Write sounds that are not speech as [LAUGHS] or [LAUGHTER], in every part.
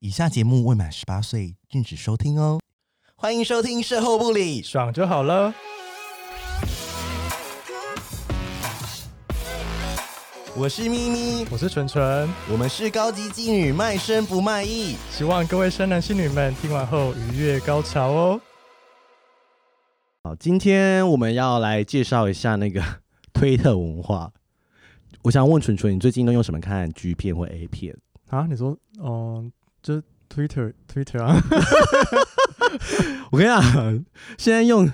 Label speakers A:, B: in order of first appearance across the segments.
A: 以下节目未满十八岁禁止收听哦。欢迎收听《售后不理》，
B: 爽就好了。
A: 我是咪咪，
B: 我是纯纯，
A: 我们是高级妓女，卖身不卖艺。
B: 希望各位生男性女们听完后愉悦高潮哦。
C: 好，今天我们要来介绍一下那个 [LAUGHS] 推特文化。我想问纯纯，你最近都用什么看 G 片或 A 片？
B: 啊，你说，嗯，就是 Twitter Twitter 啊，
C: 我跟你讲，现在用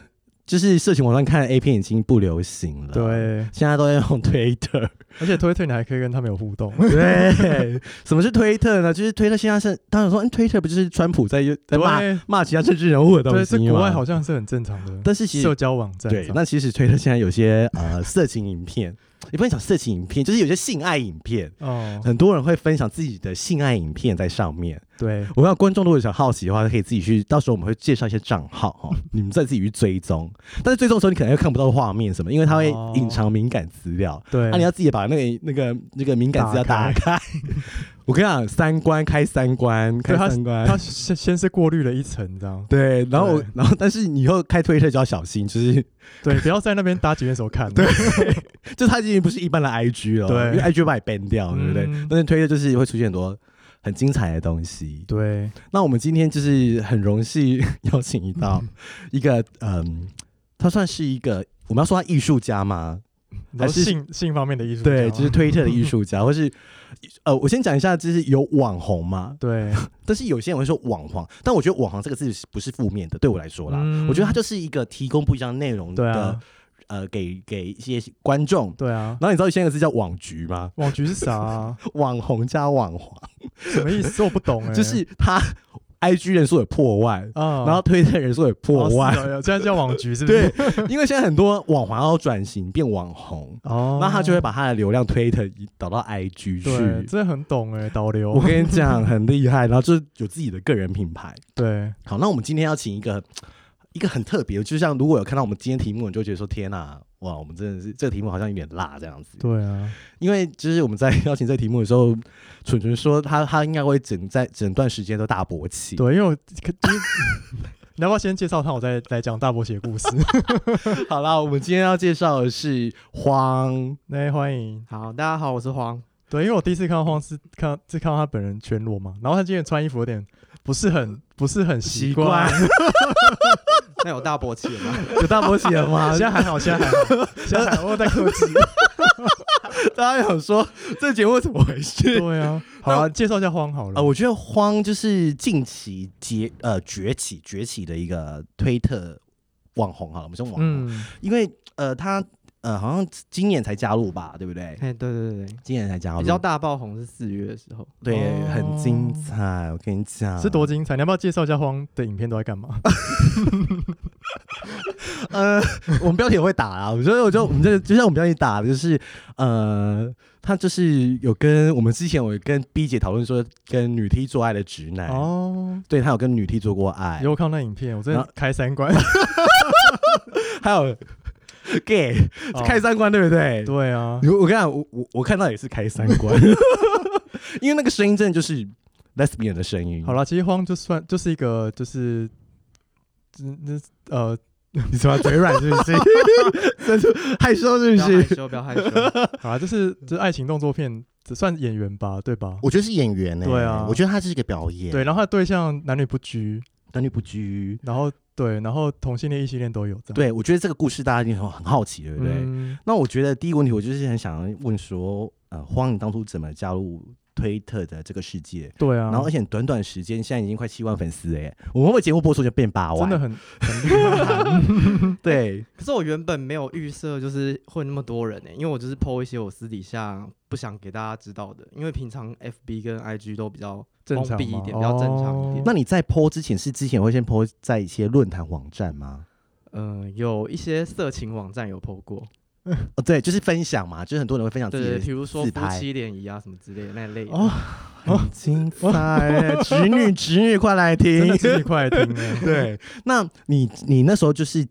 C: 就是社群网站看 A 片已经不流行了，，
B: [LAUGHS] 对，
C: 现在都要用推特。
B: 而且 Twitter 你还可以跟他们有 [LAUGHS] 互动，
C: 对， [LAUGHS] 什么是推特呢？就是推特现在是，当然说，嗯，推特不就是川普在在骂
B: 对
C: 骂其他政治人物的东
B: 对，
C: 西
B: 这
C: 吗？
B: 国外好像是很正常的，
C: 但是其实
B: 社交网站
C: 对，
B: 上
C: 那其实推特现在有些呃色情影片，也不能讲色情影片，就是有些性爱影片，
B: 哦， [LAUGHS]
C: 很多人会分享自己的性爱影片在上面。
B: 对，
C: 我让观众如果想好奇的话，可以自己去，到时候我们会介绍一些账号哦，你们再自己去追踪。但是追踪的时候，你可能又看不到画面什么，因为它会
B: 哦
C: 隐藏敏感资料。
B: 对，
C: 啊那、你要自己把那个那个那个敏感资料打
B: 嗯打
C: 开。 [LAUGHS] 我跟你讲，三关开三关，开
B: 对它
C: 三关。
B: 他先 [LAUGHS] 先是过滤了一层，这样，
C: 对，然后
B: 对
C: 然后，但是你以后开推特就要小心，就是 [LAUGHS]
B: [LAUGHS] 对，不要在那边搭几遍手看，对，
C: 就它已经不是一般的 IG 了，因
B: 对
C: 为 IG 把你 ban 掉，对不对？
B: 嗯
C: 但是推特就是会出现很多很精彩的东西。
B: [LAUGHS] 对，
C: 那我们今天就是很荣幸邀请到一个，嗯，他算是一个，我们要说他艺术家吗？
B: 你说
C: 还是
B: 性性方面的艺术家吗，
C: 对，就是推特的艺术家，或是呃，我先讲一下，就是有网红嘛，
B: 对，
C: 但是有些人会说网黄，但我觉得网黄这个字是不是负面的，对我来说啦，
B: 嗯
C: 我觉得它就是一个提供不一样内容的，
B: 对啊，
C: 呃，给给一些观众。
B: 对啊，
C: 然后你知道现在有个字叫网局吗？
B: 网局是啥 [LAUGHS] 啊？
C: 网红加网黄，
B: 什么意思？我不懂哎，
C: 就是他 IG 人数也破万，
B: 啊，
C: 然后推特人数也破万，
B: 哦，这样叫网局是不
C: 对
B: 是？，啊
C: 因为现在很多网红要转型变网红，
B: [LAUGHS] 哦
C: 那他就会把他的流量推特移导到 IG
B: 对，
C: 去。
B: 真的很懂哎，导
C: 我
B: 流，
C: 跟你讲，很厉害，然后就是有自己的个人品牌。
B: 对，
C: 好，那我们今天要请一个一个很特别，就像如果有看到我们今天题目，你就觉得说天哪、哇，我们真的是这个题目好像有点辣这样子。
B: 对啊，
C: 因为就是我们在 [LAUGHS] 邀请这个题目的时候，蠢蠢说他他应该会整在整段时间都大勃起。
B: 对，因为我可 [LAUGHS] 就是你要不要先介绍他，我再来讲大伯写故事？ [LAUGHS]
C: 好啦，我们今天要介绍的是荒，
B: 那欢迎。
D: 好，大家好，我是黄。
B: 对，因为我第一次看到荒是看是看到他本人全裸嘛，然后他今天穿衣服有点不是很不是很习
C: 习惯
B: 惯，
D: [LAUGHS] 那有大勃起了吗？
C: 有大勃起了吗？
B: [LAUGHS] 现在还好，现在
C: [LAUGHS]
B: 还好，现在还好我在克 [LAUGHS] 制。
C: 大家想说这节目怎么回事啊、
B: 对啊，好啊，介绍一下荒好了。
C: 呃我觉得荒就是近期崛呃崛起崛起的一个推特网红好了，我们说网红，
B: 嗯，
C: 因为呃他呃好像今年才加入吧，对不对？
D: [LAUGHS] 哎，对对对对，
C: 今年才加入，
D: 比较大爆红是四月的时候。
C: 对，
B: 哦
C: 很精彩。我跟你讲，
B: 是多精彩！你要不要介绍一下荒的影片都在干嘛？
C: 呃， [LAUGHS] 我们标题也会打啊，我觉得我就我们 [LAUGHS] 这就像我们标题打的就是呃，他就是有跟我们之前我有跟 B 姐讨论说跟女 T 做爱的直男，
B: 哦，
C: 对他有跟女 T 做过爱
B: 有，我看到那影片，我真
C: 然
B: 的开三关，
C: [LAUGHS] 还有 gay
B: 哦
C: 开三关对不对？嗯
B: 对啊，
C: 我我跟你讲，我我我看到也是开三关， [LAUGHS] 因为那个声音真的就是 lesbian 的声音。
B: 好
C: 了，
B: 啦，其实荒就算就是一个就是，那呃， [LAUGHS] 你什么嘴软是不是？ [LAUGHS]
C: 啊害羞是不
D: 不要害
C: 是？
D: 羞，不要害羞。
B: 好啦，就是就是爱情动作片，只算演员吧，对吧？
C: 我觉得是演员呢、
B: 对啊
C: 我觉得他是一个表演，
B: 对，然后他的对象男女不拘，
C: 男女不拘。
B: 然后对，然后同性恋、异性恋都有这样。
C: 对，我觉得这个故事大家一定很很好奇，对不对？
B: 嗯
C: 那我觉得第一个问题，我就是很想问说，呃，荒，你当初怎么加入推特的这个世界？
B: 对啊，
C: 然后，而且短短时间，现在已经快七万粉丝哎、我们会不会节目播出就变八
B: 真
C: 万？
B: [LAUGHS] 的很很厉害。
C: 对，
D: 可是我原本没有预设，就是会那么多人呢、欸因为我就是 PO 一些我私底下不想给大家知道的，因为平常 FB 跟 IG 都比较
B: 正常
D: 封闭一
B: 吗
D: 点，比较正常一点
B: 哦。
C: 那你在 PO 之前是之前会先 PO 在一些论坛网站吗？
D: 嗯、有一些色情网站有 PO 过，
C: 哦，对，就是分享嘛，就是很多人会分享自
D: 对
C: 己
D: 对，
C: 的
D: 比如说
C: 自
D: 夫
C: 拍
D: 妻联谊啊什么之类的那类的。
B: 哦
C: 很精彩
B: [LAUGHS]
C: 欸，侄女侄女快来
B: 真
C: 听
B: 的。是你快 [LAUGHS] 来听欸
C: [LAUGHS] 对，那你你那时候就是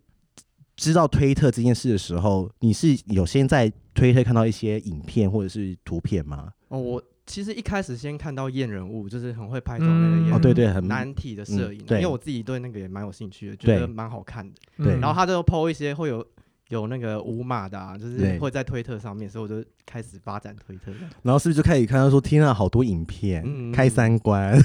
C: 知道推特这件事的时候，你是有先在推特看到一些影片或者是图片吗？
D: 哦，我其实一开始先看到验人物，就是很会拍照那个
B: 嗯
D: 验人
C: 哦，
D: 物
C: 对对，很
D: 男体的摄
C: 嗯
D: 影啊，
C: 对
D: 因为我自己对那个也蛮有兴趣的，
C: 对
D: 觉得蛮好看的。
B: 嗯
C: 对
D: 然后他就 PO 一些会有有那个无码的啊，就是
C: 对
D: 会在推特上面，所以我就开始发展推特。
C: 然后是不是就开始看到说，天啊，好多影片，
D: 嗯
C: 开三观。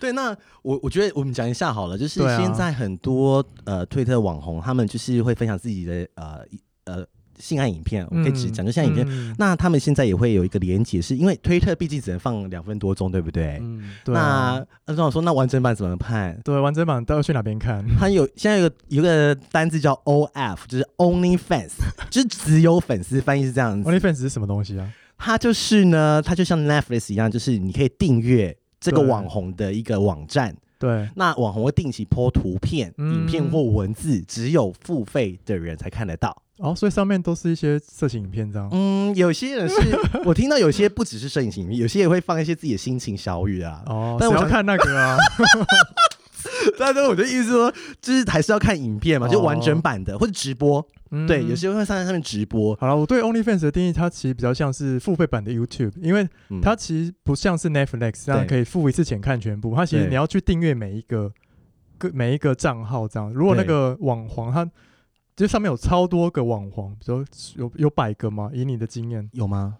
C: 对，那我我觉得我们讲一下好了，就是
B: 对啊
C: 现在很多、呃推特网红，他们就是会分享自己的呃一呃性爱影片，
B: 嗯
C: 我们可以只讲就性爱影片。
B: 片
C: 那他们现在也会有一个连结，是因为推特毕竟只能放两分多钟，对不对？
D: 嗯，
B: 对啊
C: 那那张我说，那完整版怎么判？
B: 对完整版都要去哪边看？
C: 它有现在有个有个单字叫 O F，就是 Only
B: [LAUGHS]
C: Fans，就是只有粉丝，翻译是这样子。
B: OnlyFans 是什么东西啊？
C: 它就是呢，它就像 Netflix 一样，就是你可以订阅这个
B: 对
C: 网红的一个网站。
B: 对，
C: 那网红会定期 po 图片、
B: 嗯
C: 影片或文字，只有付费的人才看得到。
B: 哦，所以上面都是一些色情影片这样。
C: 嗯，有些
B: [LAUGHS]
C: 人是我听到有些不只是摄影型，有些也会放一些自己的心情小语啊。
B: 哦，
C: 但
B: 谁
C: 我
B: 要
C: 想
B: 看那个 [LAUGHS] 啊，
C: 但是我的意思说，就是还是要看影
B: 哦
C: 片嘛，就完整版的或者直播。
B: 嗯
C: 对，有些会上在上面直播。
B: 好了，我对 OnlyFans 的定义，它其实比较像是付费版的 YouTube，因为
C: 嗯
B: 它其实不像是 Netflix 这样
C: 对
B: 可以付一次钱看全部，它其实
C: 对
B: 你要去订阅每一个个每一个账号这样。如果那
C: 对
B: 个网红它就上面有超多个网红，比如说有有百个嘛，以你的经验，
C: 有吗？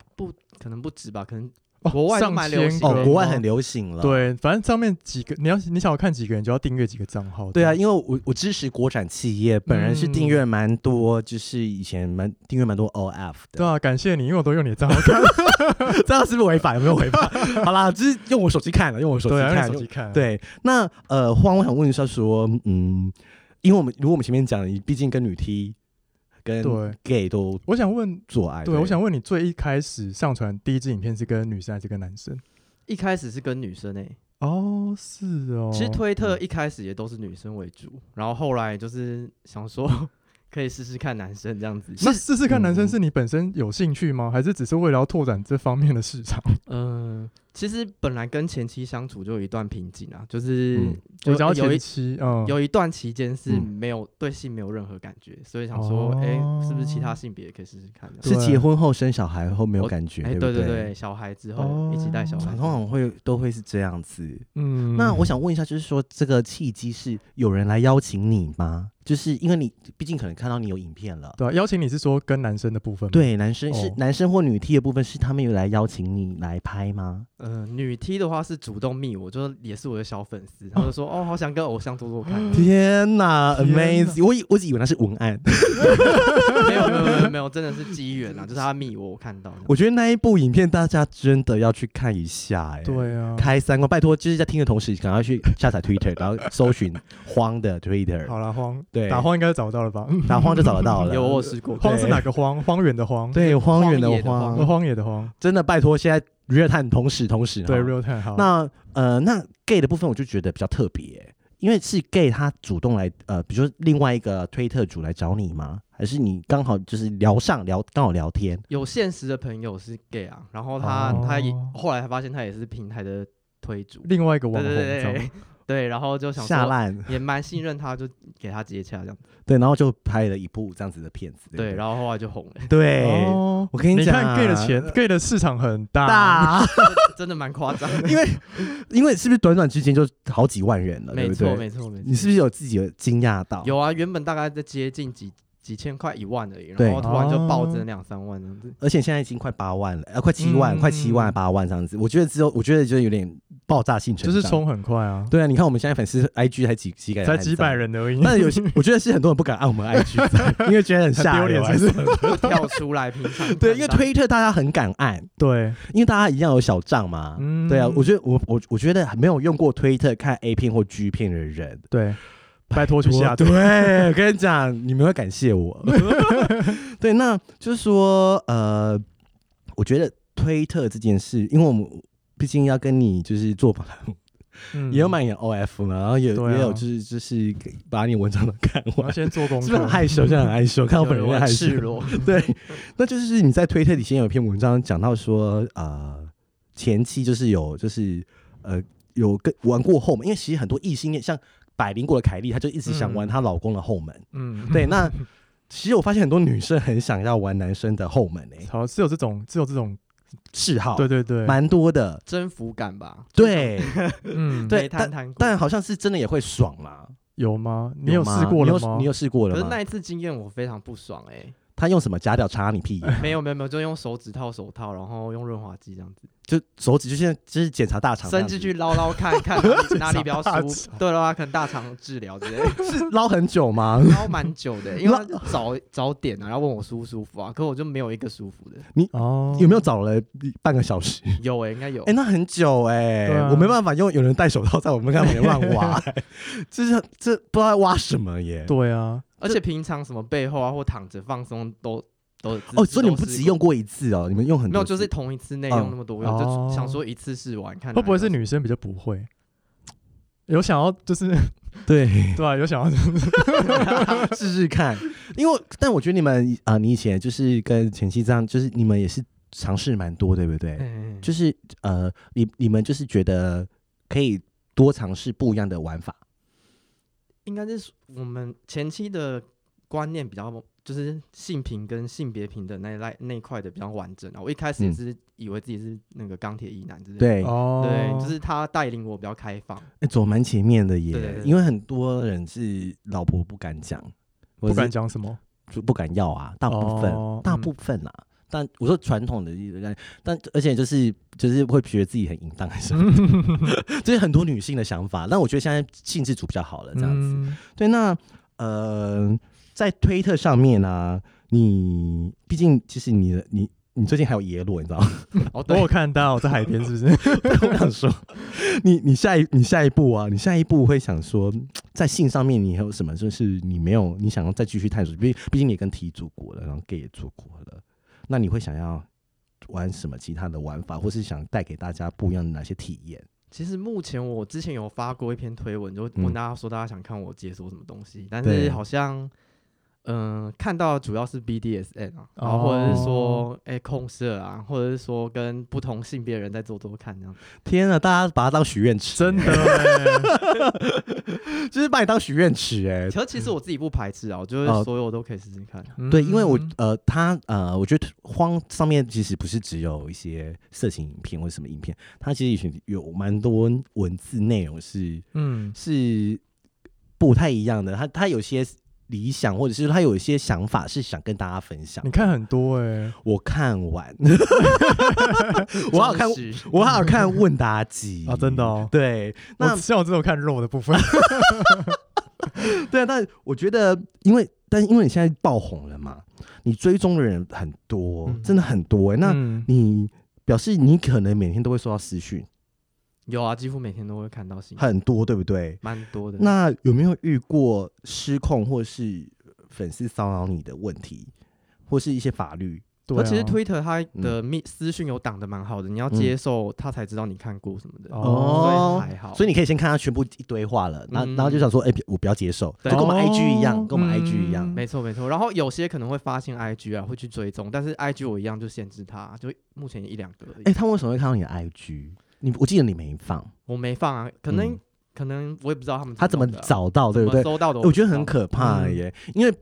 D: 可能不止吧，可能
B: 哦
D: 国外都
B: 上
D: 蛮流
B: 千
D: 行
B: 个
D: 的
C: 哦，
D: 对
C: 国外很流行了。
B: 对，反正上面几个你要你想要看几个人，就要订阅几个账号。
C: 对啊，
B: 这样，
C: 因为我我支持国产企业，本人是订阅蛮多，就是以前蛮订阅蛮多 OF
B: 对
C: 的，
B: 啊，感谢你，因为我都用你的账号看。
C: [LAUGHS] 这样是不是违法？有没有违法？ [LAUGHS] 好啦，就是用我手机看了，用我手机
B: 对啊，用
C: 看。
B: 手
C: 用
B: 机看。，
C: 对，那呃，欢，我想问一下，说，嗯，因为我们如果我们前面讲，你毕竟跟女 T、跟
B: 对
C: gay 都
B: 我想问，
C: 做爱，
B: 对，我想问你，最一开始上传第一支影片是跟女生还是跟男生？
D: 一开始是跟女生诶、
B: 哦，是哦。
D: 其实推
C: 嗯
D: 特一开始也都是女生为主，然后后来就是想说 [LAUGHS] 可以试试看男生这样子。
B: 那试试看，男生
C: 嗯
B: 是你本身有兴趣吗？还是只是为了要拓展这方面的市
D: [LAUGHS]
B: 场？
D: 嗯、其实本来跟前妻相处就有一段瓶颈啊，就是、
C: 嗯
D: 就
B: 我想要
D: 有
B: 前
D: 一
B: 期，嗯，
D: 有一段期间是
C: 嗯
D: 没有、对性没有任何感觉，所以想说，
B: 哦
D: 哎、是不是其他性别也可以试试看呢？
C: 是
B: 对
C: 结婚后生小孩后没有
D: 我
C: 感觉，
D: 哎、
C: 不
D: 对
C: 对
D: 对，小孩之后、
B: 哦
D: 一起带小孩
C: 通，常会都会是这样子。
B: 嗯，
C: 那我想问一下，就是说这个契机是有人来邀请你吗？就是因为你毕竟可能看到你有影片了，
B: 对啊、邀请你是说跟男生的部分吗？，
C: 对，男生是、
B: 哦
C: 男生或女 T 的部分是他们有来邀请你来拍吗？
D: 呃，女 T 的话是主动密我，就是也是我的小粉丝，她就说哦，好想跟偶像做做看。
C: 天哪
B: 嗯天哪
C: ，amazing！我以我只以为那是文案， [LAUGHS]
D: 没有没有没有没有，真的是机缘啊，就是她密我，我看到的。
C: 我觉得那一部影片大家真的要去看一下、哎，。
B: 对啊。
C: 开三观，拜托！就是在听的同时，赶快去下载
B: [LAUGHS]
C: Twitter，然后搜寻“荒”的 Twitter，
B: 好啦，荒，
C: 对
B: 打荒应该找到了吧？嗯
C: 打“荒”就找得到
B: [LAUGHS]
C: 了。
D: 有我有试过，
B: 荒是哪个荒？荒原的荒，
C: 对荒原的
D: 荒野的
C: 荒，
B: 呃荒野的荒，
C: 真的拜托！现在 real time 同时同时
B: 对
C: 哈
B: ，real time 好。
C: 那呃，那 gay 的部分我就觉得比较特别、欸因为是 gay 他主动来呃，比如说另外一个推特主来找你吗？还是你刚好就是聊上聊刚好聊天？
D: 有现实的朋友是 gay 啊，然后他
B: 哦
D: 他也后来才发现他也是平台的推主，
B: 另外一个
D: 对
B: 网红，
D: 对
B: 这
D: 对
B: 样
D: 对对，然后就想
C: 下
D: 说
C: 烂
D: 也蛮信任他，就给他接洽这样。
C: [LAUGHS] 对，然后就拍了一部这样子的片子，对
D: 对，
C: 不
D: 然后后来就红
C: [LAUGHS]
D: 了，
C: 对对，
B: 哦，
C: 我跟
B: 你
C: 讲，
B: 看 gay 的钱，gay 的市场很大，
C: 大，
D: 真的蛮夸张的。
C: [LAUGHS] 因为因为是不是短短之间就好几万人了，对
D: 没
C: 不
D: 错
C: 对？
D: 没错没错。
C: 你是不是有自己有惊讶到？
D: [LAUGHS] 有啊，原本大概在接近几几千块一万而已，
C: 对
D: 然后突然就暴增两三万这样子。
C: 而且现在已经快八万了，呃，快七万，
B: 嗯
C: 快七万八万这样子，我觉得只有我觉得就有点爆炸性成长，
B: 就是冲很快啊，
C: 对啊，你看我们现在粉丝 IG 才几几百，
B: 才几百，人
C: [LAUGHS]
B: 而已。
C: 但有
B: [LAUGHS]
C: 些我觉得是很多人不敢按我们 IG，在因为觉得很
B: 很
C: 吓
B: 丢
C: 人
B: 脸啊是不
C: 是？
D: 就跳出
C: [LAUGHS]
D: 来，平常
C: 哦对，因为
D: 看到
C: 推特大家很敢按， [LAUGHS]
B: 对，
C: 因为大家一样有小账嘛。
B: 嗯
C: 对啊，我觉得我我我觉得没有用过推特看 A 片或 G 片的人，
B: 对，拜托去下
C: 对，
B: 载。
C: 我跟你讲，你们会感谢我。 [LAUGHS] 对，那就是说，呃，我觉得推特这件事，因为我们毕竟要跟你就是做 [LAUGHS]
B: 嗯
C: 也有买你的 OF 嘛，然后也、
B: 对啊
C: 也有就是就是把你文章都看
B: 我
C: 完
B: 要，先做功
C: 是不是
B: 课
C: 很。害羞？现在很害羞，看到
D: 有
C: 本人
D: 人
C: 会害
D: 很
C: 羞
D: 赤。裸，
C: [LAUGHS] 对，那就是你在推特里先有一篇文章讲到说，呃，前期就是有就是呃有跟玩过后门，因为其实很多异性恋，像百灵果的凯莉，她就一直想玩
B: 嗯
C: 她老公的后门。
B: 嗯， [LAUGHS]
C: 对，那其实我发现很多女生很想要玩男生的后门诶、欸
B: 好，是有这种，是有这种
C: 嗜好，
B: 对对对，
C: 蛮多的。
D: 征服感吧？
C: 对
B: 嗯，
C: 对
D: 没谈谈过，
C: 但好像是真的也会爽啦。
B: 有吗？ [LAUGHS] 你有
C: 吗
B: 试过
C: 你
B: 了
C: 有
B: 吗？
C: 你有试过
D: 可
C: 了
D: 是
C: 吗？
D: 那一次经验我非常不爽哎、
C: 他用什么夹屌插你屁眼？
D: [LAUGHS] 没有没有没有，就用手指套手套，然后用润滑剂这样子，
C: 就手指就现在就是检查大肠这
D: 伸
C: 样子，
D: 进去捞捞看看哪里哪里比较
C: [LAUGHS]
B: 大
D: 舒服，对的话可能大肠治疗之类的，
C: 是捞很久吗？
D: [LAUGHS] 捞蛮久的、因为他早早点啊，然后问我舒不舒服啊，可我就没有一个舒服的，
B: 哦，
C: 有没有找了半个小时？
D: 有哎、应该有，
C: 哎、那很久哎、
B: 对啊
C: 我没办法用有人戴手套在我们那边乱挖、就是这不知道在挖什么耶。
B: 对啊，
D: 而且平常什么背后啊或躺着放松都都
C: 哦，所以你们不只用。过一次哦，你们用很
D: 没
C: 多
D: 有，
C: 次
D: 就是同一次内用那么多，
B: 嗯
D: 就想说一次试完看哪
B: 会
D: 里
B: 不会
D: 比较
B: 是女生比较不会？有想要就是
C: [LAUGHS]
B: [LAUGHS]
C: 对
B: 对啊，有想要
C: 试试看。因为但我觉得你们啊、你以前就是跟前妻这样，就是你们也是尝试蛮多，对不对？
D: 嗯
C: 就是呃，你你们就是觉得可以多尝试不一样的玩法。
D: 应该是说我们前期的观念比较，就是性平跟性别平等那一类那一块的比较完整啊。我一开始也
C: 嗯
D: 是以为自己是那个钢铁一男之类的，
C: 对，
B: 哦，
D: 对，就是他带领我比较开放，
C: 欸走蛮前面的耶，
D: 对对对
C: 因为很多人是老婆不敢讲，或
B: 不
C: 者
B: 敢
C: 是
B: 讲什么，
C: 就不敢要啊，大部分、
B: 哦
C: 大
B: 嗯
C: 部分啊。但我说传统的一个人，但而且就是就是会觉得自己很淫荡还是什么
B: [LAUGHS]
C: 的，这是很多女性的想法。但我觉得现在性自主比较好了，这样子。
B: 嗯
C: 对，那呃，在推特上面呢、你毕竟其实你的你你最近还有耶鲁，你知道吗？
D: 哦，
B: 我有
D: 对，
B: 看到在海边是不 [LAUGHS]
C: [LAUGHS]
B: 是？
C: 我想说，你你下一你下一步啊，你下一步会想说，在性上面你还有什么就是你没有你想要再继续探索？毕毕竟你也跟 T 做过了，然后 gay 也做过了，那你会想要玩什么其他的玩法，或是想带给大家不一样的哪些体验？
D: 其实目前我之前有发过一篇推文，就
C: 嗯
D: 问大家说大家想看我解锁什么东西，但
C: 对
D: 是好像。嗯、看到主要是 BDSN 啊，然后或者是
C: 哦
D: 说，哎、控射啊，或者是说跟不同性别人在做做看这样。
C: 天啊，大家把它当许愿池， [LAUGHS]
B: 真的欸，
C: 就是把你当许愿池
B: 嗯
C: 哎、
D: 可是其实我自己不排斥啊，我觉
C: 哦
D: 得所有都可以试试看。
C: 对，因为我
B: 嗯
C: 呃，他呃，我觉得荒上面其实不是只有一些色情影片或者什么影片，它其实以前有蛮多文字内容是
B: 嗯
C: 是不太一样的。他他有些理想，或者是他有一些想法是想跟大家分享
B: 你。看很多哎，
C: 我看
B: [LAUGHS]
C: 完， [LAUGHS] 我好看
D: 真，实
C: 我好看问答集
B: 啊真的哦
C: 对，那
B: 我像我这种看肉的部分，
C: 对啊，但我觉得，因为但因为你现在爆红了嘛，你追踪的人很多，
D: 嗯
C: 真的很多、欸。那、
B: 嗯
C: 你表示你可能每天都会收到私讯，
D: 有啊，几乎每天都会看到新闻，
C: 很多，对不对？
D: 蛮多的。
C: 那有没有遇过失控或是呃粉丝骚扰你的问题，或是一些法律？
B: 对
D: 那
B: 啊，
D: 其实 Twitter 它
C: 嗯
D: 的密私讯有挡的蛮好的，你要接受它才知道你看过什么的，
B: 哦
D: 所以还好。
C: 所以你可以先看他全部一堆话了，然后、
D: 嗯
C: 然后就想说，哎、我不要接受，就
D: 对
C: 跟我们 IG 一样，
B: 哦
C: 跟我们 IG 一样。
B: 嗯
D: 没错没错，然后有些可能会发现 IG 啊，会去追踪，但是 IG 我一样就限制它，就目前一两个而已。
C: 哎、他们为什么会看到你的 IG？你我记得你没放，
D: 我没放啊，可能、
C: 嗯
D: 可能我也不知道他们
C: 他怎么
D: 弄的啊
C: 找到，
D: 怎
C: 对不对
D: 么？收到的
C: 我觉得很
D: 不知道
C: 可怕
B: 嗯
C: 耶，因为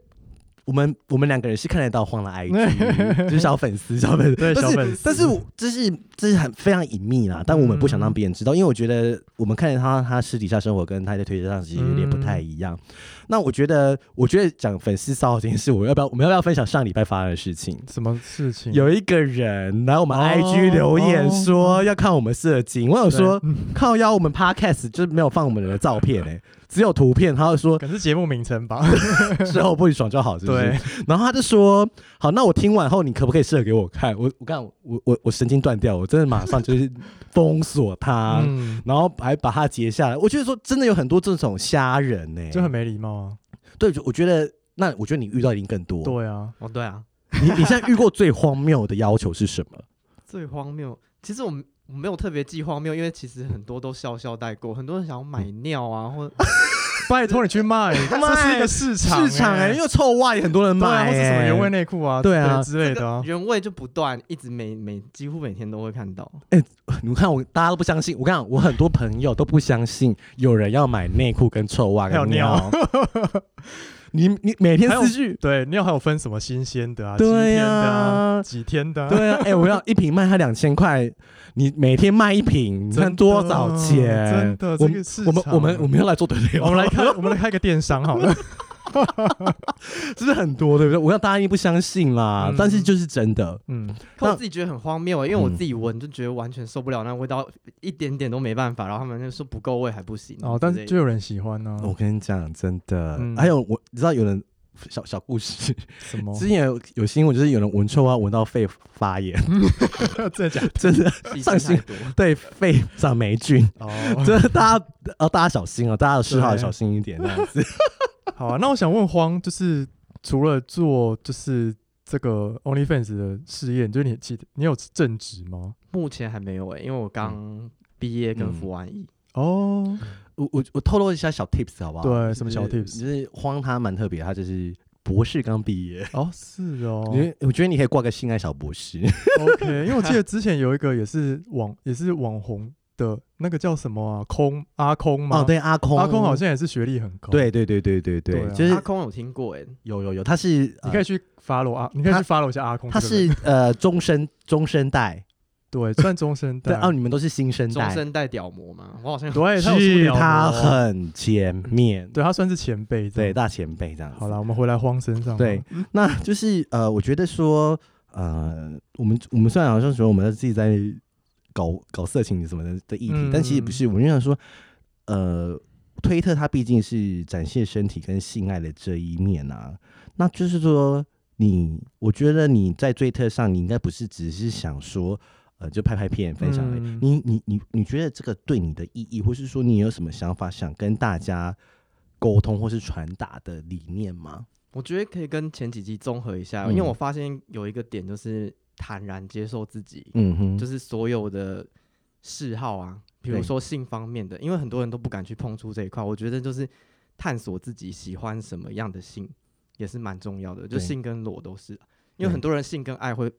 C: 我们我们两个人是看得到
B: [LAUGHS]
C: 晃的 IG，就是小粉丝，小粉丝，
B: 对
C: 但是
B: 小粉丝嗯
C: 但是我这是这是很非常隐秘啦，但我们不想让别人知道，因为我觉得我们看着他他私底下生活跟他在推特上其实有点不太一样。
B: 嗯
C: 那我觉得，我觉得讲粉丝骚扰这件事，我要不要我们要不要分享上礼拜发生的事情？
B: 什么事情？
C: 有一个人来我们
B: 嗯哦
C: IG 留言
B: 哦
C: 说要看我们射精，我有
B: 对嗯
C: 说靠腰，我们 Podcast 就是没有放我们的照片诶、只有图片。他就说
B: 可能是节目名称吧？
C: [LAUGHS]
B: [LAUGHS]
C: 之后不爽就好，是不是？
B: 对，
C: 然后他就说：“好，那我听完后，你可不可以射给我看？”我我刚我我我神经断掉，我真的马上就是封锁他，
B: 嗯，
C: 然后还把他截下来。我觉得说真的有很多这种虾人呢、
B: 就很没礼貌啊。
C: 对，我觉得那我觉得你遇到一定更多。
B: 对啊，
D: 哦，对啊，
C: 你你现在遇过最荒谬的要求是什么？
D: 最荒谬。其实我们我没有特别记荒谬，因为其实很多都笑笑带过，很多人想要买尿啊，或者
B: 拜托你
C: [LAUGHS]
B: 去卖，这是一个市场，欸
C: 市场哎、因为臭袜也很多人
B: 对啊，
C: 买、
B: 或是什么
C: 欸
B: 原味内裤
C: [LAUGHS]
B: 啊，
C: 对啊
B: 之类的
D: [LAUGHS]
B: 啊。
D: 原味就不断，一直每每几乎每天都会看到。
C: 你看我，大家都不相信。我跟你讲，我很多朋友都不相信有人要买内裤跟臭袜
B: [LAUGHS] 还有
C: 跟尿，你你每天
B: 还有
C: 四句，
B: 对，尿还有分什么新鲜的啊，几
C: 对
B: 天的
C: 啊
B: 啊，几天的
C: [LAUGHS]
B: 啊，
C: 对啊，哎、我要一瓶卖他两千块，你每天卖一瓶，你
B: 真的啊
C: 看多少钱？
B: 真的
C: 我
B: 这个市
C: 我们
B: 场啊
C: 我们我们要来做对对，
B: [LAUGHS] 我们来开，我们来开个电商好
C: [LAUGHS]
B: 了。
C: 是不是很多，对不对？我要大家一定不相信啦，
B: 嗯
C: 但是就是真的。
B: 嗯，
D: 可我
C: 那
D: 自己觉得很荒谬欸，因为我
C: 嗯
D: 自己闻就觉得完全受不了那味道，一点点都没办法。然后他们就说不够味还不行之类的。
B: 哦，但是就有人喜欢啊呢、
C: 我跟你讲，真的，
B: 嗯哦
C: 还有我你知道有人小小故事，
B: 什
C: [LAUGHS]
B: 么？
C: 之前有有新闻就是有人闻臭啊，闻到肺发炎，
B: [LAUGHS] 真的假的？
C: [LAUGHS] 真的
D: 细
C: 上
D: 菌
C: 新
D: 太多。
C: 对肺长霉菌，
B: 哦，
C: 真的大家呃大家小心哦，大家的嗜好也小心一点这样子。
B: 好啊。那我想问荒，就是除了做就是这个 OnlyFans 的试验，就是你其你有正职吗？
D: 目前还没有哎、因为我刚毕业跟
C: 嗯
D: 服完役，
B: 哦，
C: 我我我透露一下小 tips 好不好？
B: 对，什么小
C: 就是
B: tips？
C: 就是荒他蛮特别，他就是博士刚毕业。
B: 哦，是哦
C: 因为我觉得你可以挂个性爱小博士，
B: ，OK。因为我记得之前有一个也是网也是网红的那个叫什么啊，空阿空 [LAUGHS] 吗？
C: 哦，，对，阿空，
B: 阿空好像也是学历很高。，
C: 对，对对对对对
B: 对啊
C: 就是
D: 阿空有听过哎、
C: 有有有，他是
B: 你可以
C: 呃
B: 去 follow 阿，你可以去
C: 他
B: follow 一下阿空
C: 他
B: 这个人。
C: 是呃中生中生代，
B: 对啊算中生
C: 对
B: 代
C: 哦，你们都是新生
D: 中
C: 代，
D: 生代屌魔嘛，我
C: [LAUGHS]
D: 好像
B: 对，哎他有出
C: 是
B: 聊
C: 他
B: 过
C: 很前面，
B: 哦对他算是前辈这
C: 对
B: 样。
C: 大前辈这样子。
B: 好啦，我们回来荒身上吧。
C: 对，那就是呃，我觉得说呃，我们我们虽然好像说我们自己在搞搞色情什么的的议题，
B: 嗯
C: 但其实不是。我就想说，呃，推特它毕竟是展现身体跟性爱的这一面啊，那就是说你，我觉得你在推特上，你应该不是只是想说。呃，就拍拍片分享而已。
B: 嗯
C: 你你你你觉得这个对你的意义，或是说你有什么想法想跟大家沟通或是传达的理念吗？
D: 我觉得可以跟前几集综合一下，
C: 嗯
D: 因为我发现有一个点就是坦然接受自己，
C: 嗯哼，
D: 就是是所有的嗜好啊，比
C: 对
D: 如说性方面
C: 嗯
D: 的，因为很多人都不敢去碰触这一块，我觉得就是探索自己喜欢什么样的性也是蛮重要的，就
C: 对
D: 性跟裸都是，啊因为
C: 对
D: 很多人性跟爱会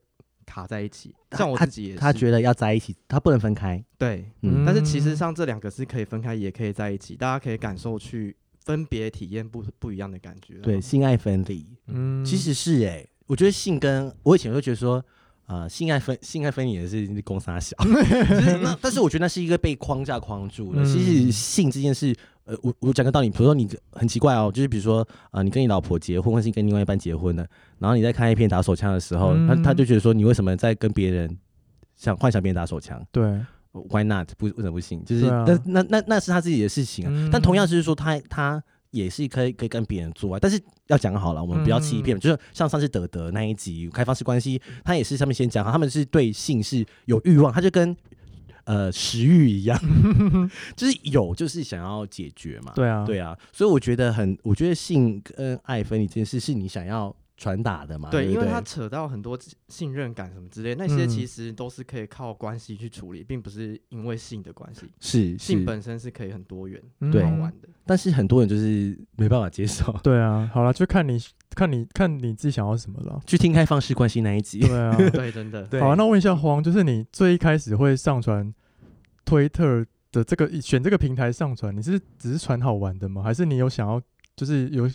D: 卡在一起，
C: 他
D: 像我自己也是，
C: 他觉得要在一起，他不能分开。
D: 对，
C: 嗯
D: 但是其实上这两个是可以分开，也可以在一起，大家可以感受去分别体验不不一样的感觉。
C: 对，，性爱分离，
B: 嗯
C: 其实是哎、我觉得性跟我以前会觉得说，呃，性爱分性爱分离也是公杀小，就是那但是我觉得那是一个被框架框住的。
B: 嗯
C: 其实性这件事，呃，我我讲个道理，比如说你很奇怪哦，就是比如说啊、呃你跟你老婆结婚，或是你跟另外一半结婚的，然后你在看 A 片打手枪的时候，
B: 嗯
C: 他他就觉得说，你为什么在跟别人想幻想别人打手枪？
B: 对，
C: Why not？不，为什么不行？就是、
B: 对啊
C: 那那那那是他自己的事情啊。
B: 嗯
C: 但同样就是说他，他也是可以可以跟别人做啊。但是要讲好了，我们不要欺骗。就是像上次德德那一集开放式关系，他也是上面先讲好，他们是对性是有欲望，他就跟呃食欲一样，就是有就是想要解决嘛。
B: 对啊，
C: 对啊，所以我觉得很，我觉得性跟爱分离这件事是你想要传达的嘛？对
D: 对，
C: 不对，
D: 因为它扯到很多信任感什么之类，那些
B: 嗯
D: 其实都是可以靠关系去处理，并不是因为性的关系。
C: 是
D: 性
C: 是，
D: 本身是可以很多元、
B: 嗯
C: 对
D: 好玩的。
C: 但是很多人就是没办法接受。
B: 对啊，好了，就看你看你看你自己想要什么了。
C: 去听开放式关系那一集，
B: [LAUGHS] 对啊，
D: 对，真的。
C: [LAUGHS] 对
B: 好啊，那我问一下荒，就是你最一开始会上传推特的这个选这个平台上传，你是只是传好玩的吗？还是你有想要就是有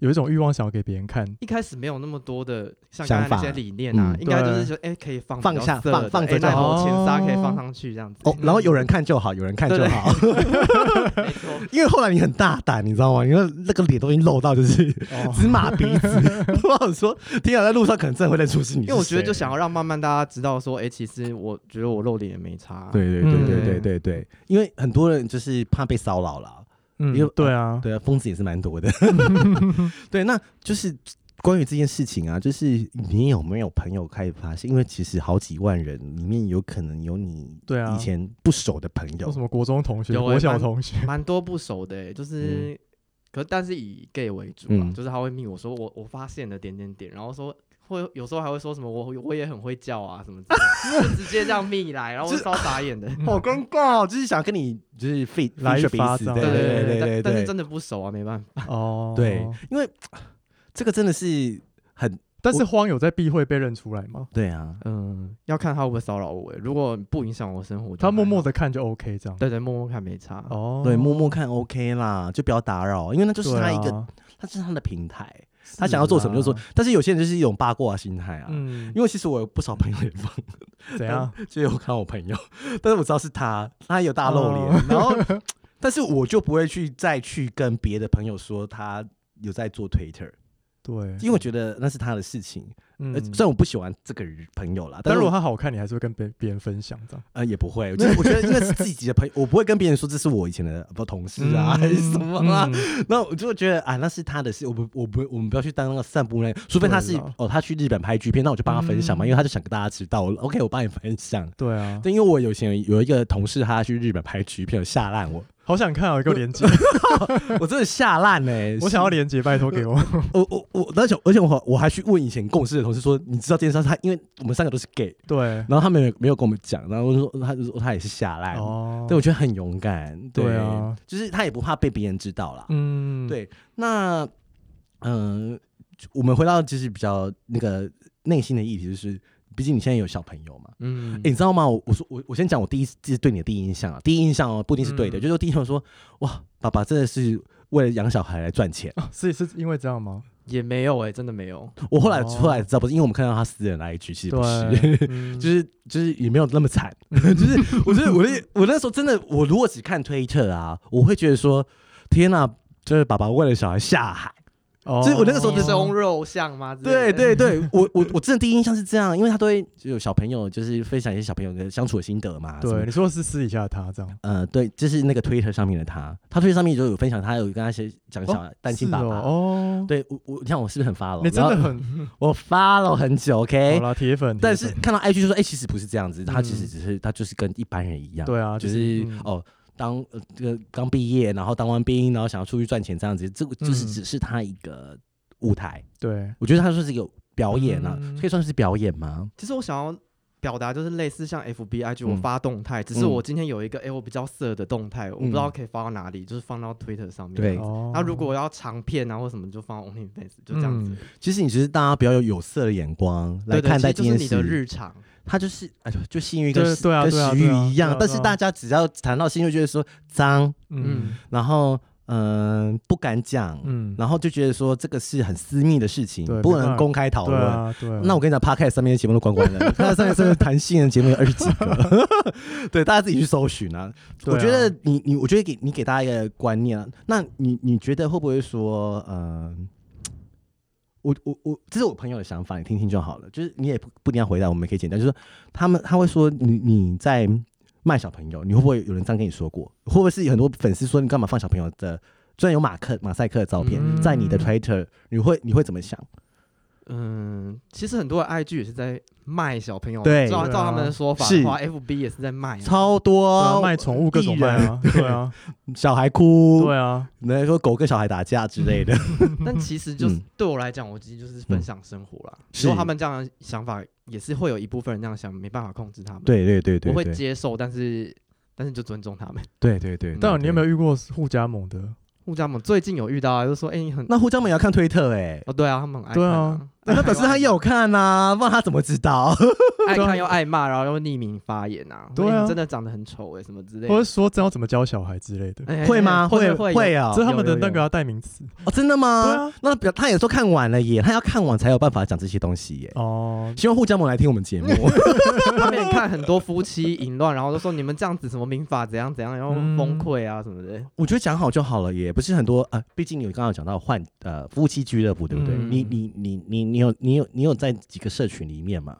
B: 有一种欲望想要给别人看？
D: 一开始没有那么多的像
C: 想
D: 刚才那
C: 法
D: 些理念啊，
C: 嗯
D: 应该就是说，哎，可以放
C: 放
D: 比较
C: 下
D: 色
C: 放
D: 的
C: 放
D: 哎
C: 着就
D: 那
B: 好
D: 我前沙可以
B: 哦
D: 放上去这样子。嗯
C: 哦，然后有人看就好，有人看就好。
D: 没错，
C: [LAUGHS] 因为后来你很大胆，你知道吗？因为那个脸都已经露到就是
B: 哦，
C: 只马鼻子，我想说，天啊，在路上可能真的会认出是你是谁。
D: 因为我觉得就想要让慢慢大家知道说，哎，其实我觉得我露脸也没差。啊
C: 对对对对
B: 嗯
C: 对对对，因为很多人就是怕被骚扰啦。
B: [LAUGHS] 嗯
C: 因为，
B: 对啊，
C: 对啊，疯子也是蛮多的。对，那就是关于这件事情啊，就是你有没有朋友开始发现？因为其实好几万人里面有可能有你
B: 对啊
C: 以前啊不熟的朋友
B: 有什，么国中同学、
D: 有欸
B: 国小
D: 蛮
C: [LAUGHS]
B: 同学，
D: 蛮多不熟的、欸，就是，可但是以 gay 为主啊，
C: 嗯
D: 就是他会密我说我我发现了点点点，然后说会有时候还会说什么我我也很会叫啊什么之
C: [LAUGHS]
D: 类的，就直接这样密来，然后我
C: 就是
D: 超傻眼的。
C: 好尴尬哦，就是想跟你就是费
B: 嗯来
C: 费
B: 一
C: 彼
B: 发
C: 此
B: 这
C: [LAUGHS]
B: 样
C: 对
D: 对
C: 对对
D: 对
C: 对
D: 但但是
C: 对 [LAUGHS]
D: 真的不熟啊，没办法。
B: 哦，
C: 对，因为这个真的是很
B: 但是荒有在避讳被认出来吗？
C: 对啊，
D: 嗯，要看他会不会骚扰我欸。如果不影响我生活，
B: 他默默
D: 的，
B: 的看就 OK 这样。
D: 对对，默默看没差。
B: 哦，
C: 啊对，默默看 OK 啦，就不要打扰，因为那就是
B: 对
C: 他一个，
B: 啊
C: 他是他的平台，他想要做什么就做
B: 是啦。
C: 但是有些人就是一种八卦心态啊，
B: 嗯，
C: 因为其实我有不少朋友也放，
B: 怎样？
C: 就有看到我朋友，但是我知道是他，他有大露脸，
B: 哦
C: 然后，但是我就不会去再去跟别的朋友说他有在做 Twitter，
B: 对，
C: 因为我觉得那是他的事情。
B: 嗯
C: 呃，虽然我不喜欢这个人朋友啦，但
B: 但
C: 是
B: 如
C: 我
B: 果他好看，你还是会跟别别人分 [LAUGHS] 享这样。
C: 呃也不会，就是我觉得因为是自己的朋友，我不会跟别人说这是我以前的不同事啊、还是什么啊。
B: 嗯？
C: 那我就觉得啊，那是他的事，我不，我不，我们不要去当那个散步那个，除非他是
B: 对啦
C: 哦，他去日本拍剧片，那我就帮他分享嘛，
B: 嗯
C: 因为他就想跟大家知道我，OK，我帮你分享。
B: 对啊，
C: 对，因为我有以前有一个同事，他去日本拍剧片，有吓烂
B: [LAUGHS]
C: 我，
B: 好想看哦，有个连 [LAUGHS] 接，
C: 我真的吓烂哎！
B: 我想要连接，拜托
C: [LAUGHS]
B: 给我。
C: 我我我，而且而且我我还去问以前共事的同事说，你知道这件事？他因为我们三个都是 gay，
B: 对，
C: 然后他们也没有跟我们讲，然后我就说他就说他也是吓烂，
B: 哦，
C: 对我觉得很勇敢，
B: 对啊，
C: 就是他也不怕被别人知道啦。
B: 嗯，
C: 对，那嗯、我们回到就是比较那个内心的议题，就是毕竟你现在有小朋友嘛，
D: 嗯
C: 欸，你知道吗？我我说我我先讲我第一次对你的第一印象啊，第一印象哦不一定是对的，
B: 嗯
C: 就是我第一印象说哇，爸爸真的是为了养小孩来赚钱。
B: 啊，是是因为这样吗？
D: 也没有哎、真的没有。
C: 我后来、
B: 哦
C: 后来知道不是，因为我们看到他私人的 IG，其实不是。
B: 对，
C: [LAUGHS]
B: 嗯
C: 就是是就是也没有那么惨， [LAUGHS] 就是我觉得我那我那时候真的，我如果只看推特啊，我会觉得说天呐、就是爸爸为了小孩下海。
B: 哦
C: 就是我那个时候
D: 鸡
C: 就
D: 胸哦肉像吗？之
C: 对
D: 类
C: 对
D: 的
C: 对，我我我真的第一印象是这样，因为他都会就有小朋友就是分享一些小朋友的相处的心得嘛。什么
B: 对，你说是私底下的他这样，
C: 呃，对，就是那个推特上面的他，他推特上面就有分享，他有跟他写讲小孩担心
B: 是
C: 爸
B: 哦
C: 爸。
B: 哦，
C: 对我，我你看我是不是很 follow？
B: 你真的
C: 然后
B: 很
C: 我 follow 很久
B: 好
C: ，OK。
B: 啦，铁粉，
C: 但
B: 铁
C: 是
B: 粉
C: 看到 IG 就说，哎、其实不是这样子，他
B: 嗯
C: 其实只是、他就是跟一般人一样，
B: 对啊，
C: 就、
B: 就是嗯
C: 哦，当呃这个刚毕业，然后当完兵，然后想要出去赚钱这样子，这个就是
B: 嗯
C: 只是他一个舞台，
B: 对，
C: 我觉得他说是一个表演啊，
B: 嗯
C: 可以算是表演吗？
D: 其实我想要表达就是类似像 FB、IG 我
C: 嗯
D: 发动态，只是我今天有一个哎、我比较色的动态，我不知道
C: 嗯
D: 可以发到哪里，就是放到 Twitter 上面。
C: 对
B: 哦，
D: 那如果要长片啊或什么，就放 OnlyFans，就这样子
B: 嗯。
C: 其实你只是大家不要有有色的眼光来
D: 对对，
C: 看待这
D: 其实
C: 件
D: 就是
C: 事。
D: 你的日常。
C: 他就是哎呦，就性欲跟
B: 对
C: 食
B: 对啊
C: 跟
B: 对啊
C: 食
B: 对
C: 欲
B: 啊
C: 一样，
B: 对啊
C: 但是
B: 对啊
C: 大家只要谈到性欲，就觉得说脏，
B: 嗯
C: 然后嗯、不敢讲，
B: 嗯，
C: 然后就觉得说这个是很私密的事情
B: 对，
C: 不
B: 没办
C: 能
B: 法
C: 公开讨
B: 对
C: 论。
B: 啊对啊，
C: 那我跟你讲，Podcast 上面的节目都关关了，Podcast 上面真的谈性的节目有二十几个， [LAUGHS] 对，大家自己去搜寻啊。
B: 对啊
C: 我觉得你你，我觉得给你给大家一个观念啊，那你你觉得会不会说，呃，我我我，这是我朋友的想法，你听听就好了。就是你也不不一定要回答，我们也可以简单，就是说他们他会说你你在卖小朋友，你会不会有人这样跟你说过？会不会是有很多粉丝说你干嘛放小朋友的？虽然有马克马赛克的照片、
B: 嗯
C: 在你的 Twitter，你会你会怎么想？
D: 嗯，其实很多的 IG 也是在卖小朋友，
C: 对
D: 照
B: 对啊
D: 照他们的说法
C: 是
D: 的话，FB 也是在卖啊。
C: 超
B: 对啊
C: 多
B: 卖宠物各种
C: 哦艺
B: 卖
C: 人
B: 啊，
C: [LAUGHS]
B: 对啊
C: 小孩哭，
B: 对啊，
C: 那说狗跟小孩打架之类
B: [LAUGHS]
C: 的，
D: 但其实就是
C: 嗯
D: 对我来讲，我其实就是分享生活啦。
C: 是
D: 如果他们这样的想法，也是会有一部分人这样想，没办法控制他们。，
C: 对对对对，
D: 我会
C: 对
D: 接受，但是但是就尊重他们。
C: 对对对。
B: 但你有没
C: 有？
B: 有遇过互加盟的？
D: 互加盟最近有遇到啊，就说哎、你很
C: 那胡椒们也要看推特哎，
D: 哦，对啊，他们很爱
B: 对
D: 看、
B: 啊
C: 那表示他也有看呐，不然他怎么知道？
D: [LAUGHS]
C: [LAUGHS]
D: 爱看又爱骂，然后又匿名发言啊，
B: 对啊
D: 说哎你真的长得很丑哎、什么之类
B: 或者
D: 的，
B: 说真要怎么教小孩之类的？
D: 哎哎
C: 会吗？
D: 哎会
C: 会
D: 会有
C: 啊！
B: 这是他们的
D: 有有
B: 那个啊代名词
C: 哦，真的
B: 对
C: 吗
B: 啊？
C: 那表他也说看完了耶，他要看完才有办法讲这些东西耶。
B: 哦，
C: 希望胡椒们来听我们节
D: [LAUGHS]
B: 嗯
C: 目，
D: 他们也看很多夫妻淫乱，然后都说你们这样子什么民法怎样怎样，然后
B: 嗯
D: 崩溃啊什么的。
C: 我觉得讲好就好了耶，不是很多啊。毕竟有刚刚有讲到换呃夫妻俱乐部，对不对？
B: 嗯
C: 你你你你你有你有你有在几个社群里面嘛？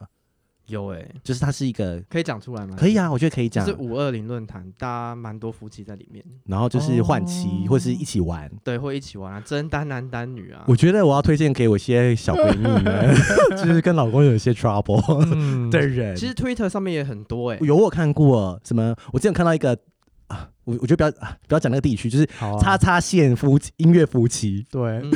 D: 有哎、
C: 就是它是一个
D: 可以讲出来吗？
C: 可以啊，，我觉得可以
D: 就
C: 讲
D: 是，五二零论坛，大家蛮多夫妻在里面，
C: 然后就是换妻
B: 哦
C: 或是一起玩。
D: 对，会一起玩啊，真单男单女啊。
C: 我觉得我要推荐给我一些小闺蜜们，就是跟老公有一些
B: [LAUGHS]
C: trouble
B: 嗯，
C: 的，人。
D: 其实 Twitter 上面也很多哎、
C: 有我有看过什么，我之前有看到一个啊，我我觉得不要、啊、不要讲那个地区，就是
B: 好啊
C: 叉叉线夫妻音乐夫妻
B: 对，
D: 嗯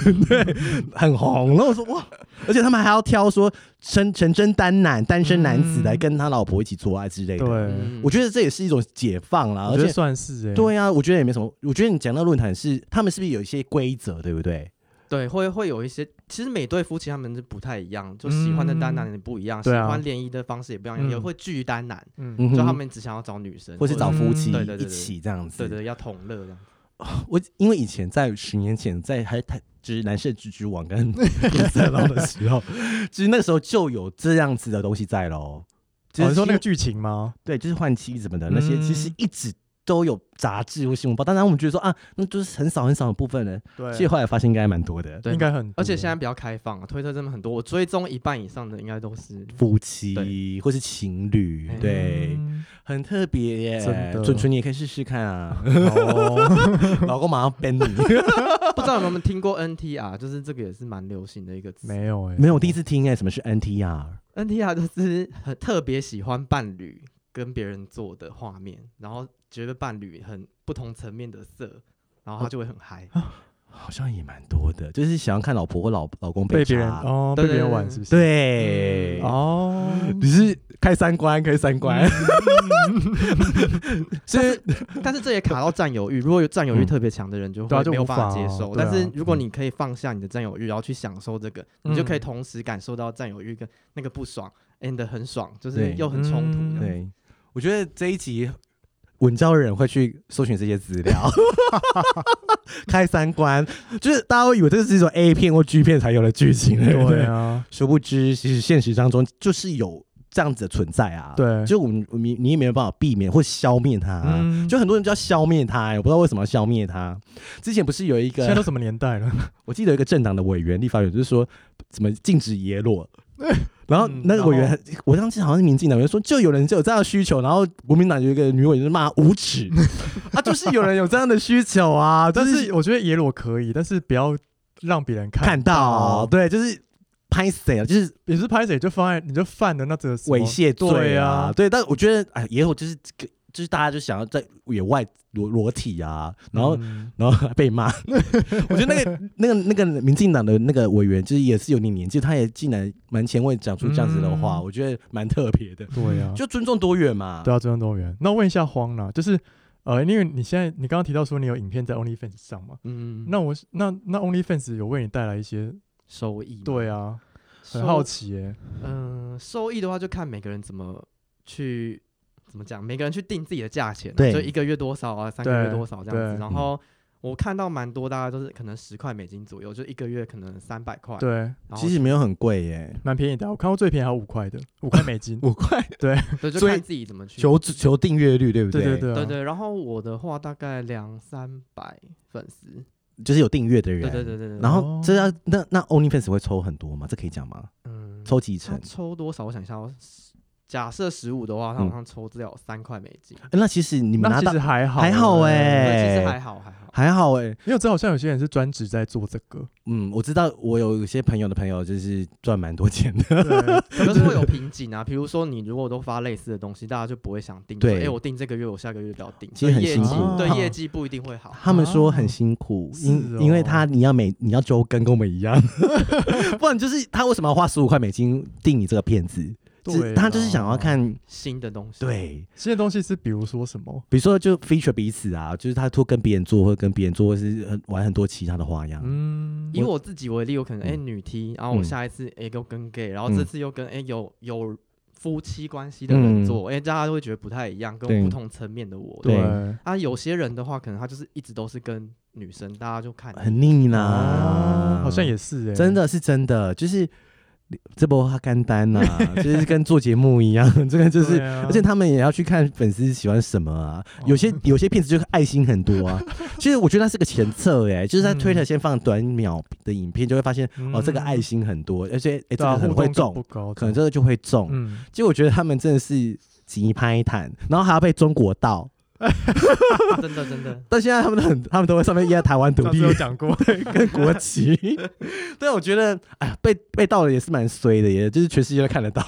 C: 很红。然后我说哇，而且他们还要挑说成成真单男单身男子
B: 嗯
C: 来跟他老婆一起做爱之类的。
B: 对，
D: 嗯
C: 我觉得这也是一种解放啦，
B: 我
C: 而
B: 觉得
C: 且。
B: 算是哎，
C: 对啊，我觉得也没什么。我觉得你讲到论坛是他们是不是有一些规则，对不对？
D: 对，会会有一些，其实每对夫妻他们是不太一样，就喜欢的
C: 嗯
D: 单男也不一样，喜
B: 对啊
D: 欢联谊的方式也不一样，也
B: 嗯
D: 会拒单男，
B: 嗯，
C: 嗯
D: 就
C: 哼
D: 他们只想要找女生，
C: 或是找夫嗯妻
D: 嗯对对对
C: 一
D: 对
C: 起这样子。
D: 对对要同乐这样。
C: 我因为以前在十年前在还台就是蓝色蜘蛛网跟 [LAUGHS] 变色龙的时候，其实那时候就有这样子的东西在喽。就
B: 哦，
C: 是
B: 你说那个
C: 新
B: 剧情吗？
C: 对，就是换妻什么的那些，
B: 嗯
C: 其实一直都有杂志或新闻报。当然，我们觉得说啊，那就是很少很少的部分人，其实
B: 对，啊
C: 后来发现应该还蛮多的
D: 对
B: 应该很多，嗯
D: 而且现在比较开放、啊，推特真的很多，我追踪一半以上的应该
C: [LAUGHS]
D: 都是
C: 夫妻或是情侣，
D: 嗯
C: 对，很特别耶。
B: 真的
C: 纯纯，你也可以试试看
B: [LAUGHS]
C: 啊，
B: 哦，
C: 老公马上 ban 你。 [LAUGHS]
D: 不知道有没有听过 NTR，就是这个也是蛮流行的一个词。
B: 没有哎，
C: 没有，我第一次听哎，什么是 NTR？
D: NTR 就是很特别喜欢伴侣跟别人做的画面，然后觉得伴侣很不同层面的色，然
C: 哦
D: 后他就会很嗨。
C: 好像也蛮多的，就是想要看老婆或老老公
B: 被别
C: 查
B: 人哦被
D: 对对
B: 别人
D: 对
B: 玩是不是？
C: 对，
B: 哦，
C: 你是开三关，开三关，
D: 但是
B: [LAUGHS]
D: 但是这也卡到占有欲，如果有占有欲特别强的人，就
B: 对啊
D: 会
B: 就
D: 没有办
B: 无
D: 法
B: 法
D: 接
B: 啊
D: 受。
B: 对啊
D: 但是如果你可以放下你的占有欲，然后去享受这个，你就可以同时感受到占有欲跟那个不爽，and 很爽，就是
C: 对
D: 又很冲突
B: 嗯
D: 的。
C: 对，我觉得这一集稳教人会去搜寻这些资料，开三关，就是大家会以为这是一种 A 片或 G 片才有的剧情，对不
B: 对
C: 对？
B: 啊，
C: 殊不知，其实现实当中就是有这样子的存在啊。，
B: 对，
C: 就我们我们你也没有办法避免或消灭它、
B: 嗯
C: 啊就很多人就要消灭它、我不知道为什么要消灭它。之前不是有一
B: 现在
C: 个
B: 都，什么年代了？
C: 我记得有一个政党的委员、立法委员，就是说怎么禁止耶
B: [LAUGHS]
C: 落。然后
B: 嗯
C: 那个委员，我当时好像是民进党委员说，就有人就有这样的需求，然后国民党有一个女委员就骂无
B: [LAUGHS]
C: 耻啊，就是有人有这样的需求啊，
B: 但
C: 但
B: 是
C: 是
B: 我觉得野裸可以，但是不要让别人
C: 看
B: 看
C: 到
B: 哦
C: 对，就是拍谁啊，就是
B: 你是拍谁就放在你就犯了那这个什么
C: 猥亵罪
B: 对
C: 啊，
B: 啊，
C: 对，但我觉得哎，也有就是这个就是大家就想要在野外裸裸体啊，然后、
B: 嗯
C: 然后还被骂。我觉得那个那个那个民进党的那个委员，就是也是有点年纪，他也竟然蛮前卫，讲出这样子的话，
B: 嗯
C: 我觉得蛮特别的。
B: 对啊，
C: 就尊重多元嘛，
B: 对啊，尊重多元。那问一下荒啦，就是呃，因为你现在你刚刚提到说你有影片在 OnlyFans 上嘛，
D: 嗯，
B: 那我是那那 OnlyFans 有为你带来一些
D: 收益嘛
B: 对啊，很
D: 收
B: 好奇耶、
D: 嗯、收益的话就看每个人怎么去怎么讲，每个人去定自己的价钱啊，
C: 对
D: 就一个月多少啊，三个月
B: 对
D: 多少这样
B: 对
D: 子。然后我看到蛮多，大概都是可能十块美金左右，就一个月可能三百块。，
B: 对，
D: 然后
C: 其实没有很贵耶，。
B: 蛮便宜的啊，我看过最便宜还有五块的，五块美金
C: 五块
D: 对，就
C: 所以
D: 看自己怎么去。
C: 求求订阅率，对不
B: 对
C: 对
B: 对对、啊，
D: 对对，然后我的话大概两三百粉丝，
C: 就是有订阅的人。
D: 对对对对对。
C: 然后
B: 哦
C: 这要那那 OnlyFans 会抽很多吗？这可以讲吗？
D: 嗯，
C: 抽几
D: 他
C: 成？
D: 抽多少？我想一下哦，假设十五的话，
C: 嗯
D: 他好像抽只有三块美金，
C: 哎那其实你们
B: 那
C: 拿
B: 其
C: 到
B: 实还好
C: 还好
B: 欸
D: 对，
C: 哎，
D: 其实还好还好。
C: 还好哎。
B: 因为我知道好像有些人是专职在做这
C: [LAUGHS]
B: 个，
C: 嗯，我知道我有一些朋友的朋友就是赚蛮多钱的。
B: 对，啊
D: 可是会有瓶颈啊，比如说你如果都发类似的东西，大家就不会想定。
C: 对
D: 哎、我定这个月，我下个月不要定。
C: 其实很哦
D: 所以业
C: 辛
D: 绩
B: 苦
D: 对
B: 啊
D: 业绩不一定会好。
C: 他们说很
B: 哦
C: 辛苦，因
B: 是
C: 因为
B: 哦
C: 他你要每你要周更跟我们一样， [LAUGHS] 不然就是他为什么要花十五块美金订你这个片子？就是
B: 对
C: 他就是想要
B: 啦。
C: 看
D: 新的东西，，
C: 对，
B: 这些东西是比如说什么？
C: 比如说就 feature 彼此啊，就是他多跟别人做，或者跟别人做，或是很玩很多其他的花样。
B: 嗯，
D: 以我自己为例，我可能哎、
C: 嗯
D: 女 T，然后我
C: 嗯
D: 下一次哎、又跟 gay，然后
C: 嗯
D: 这次又跟哎、有有夫妻关系的人
C: 嗯
D: 做，哎、大家都会觉得不太一样，
C: 对
D: 跟不同层面的我。
C: 对
B: 哦
D: 啊，有些人的话，可能他就是一直都是跟女生，大家就看
C: 很腻啦、
B: 啊，好像也是哎、
C: 真的是真的，就是这波哈干单呐、 [LAUGHS] 就是跟做节目一样，这个就
B: 对啊，
C: 是而且他们也要去看粉丝喜欢什么啊，
B: 哦
C: 有些有些片子就是爱心很多
B: [LAUGHS]
C: 啊。其实我觉得它是个前测哎、就是在
B: 嗯
C: Twitter 先放短秒的影片，就会发现哦，这个爱心很多，而且哎、这
B: 对啊
C: 个很
B: 互
C: 会
B: 动度不
C: 中，
B: 高，
C: 可能这个就会中。
B: 嗯，
C: 其实我觉得他们真的是急拍坦，然后还要被中国盗，
D: 啊真的真的，
C: 但现在他们都
B: [LAUGHS]
C: 很，他们都会上面印台湾独
B: 上次
C: 立
B: 有讲过，
C: 跟国
B: [LAUGHS]
C: 旗。对，我觉得哎呀，被被盗了也是蛮衰的耶，也就是全世界都看得到，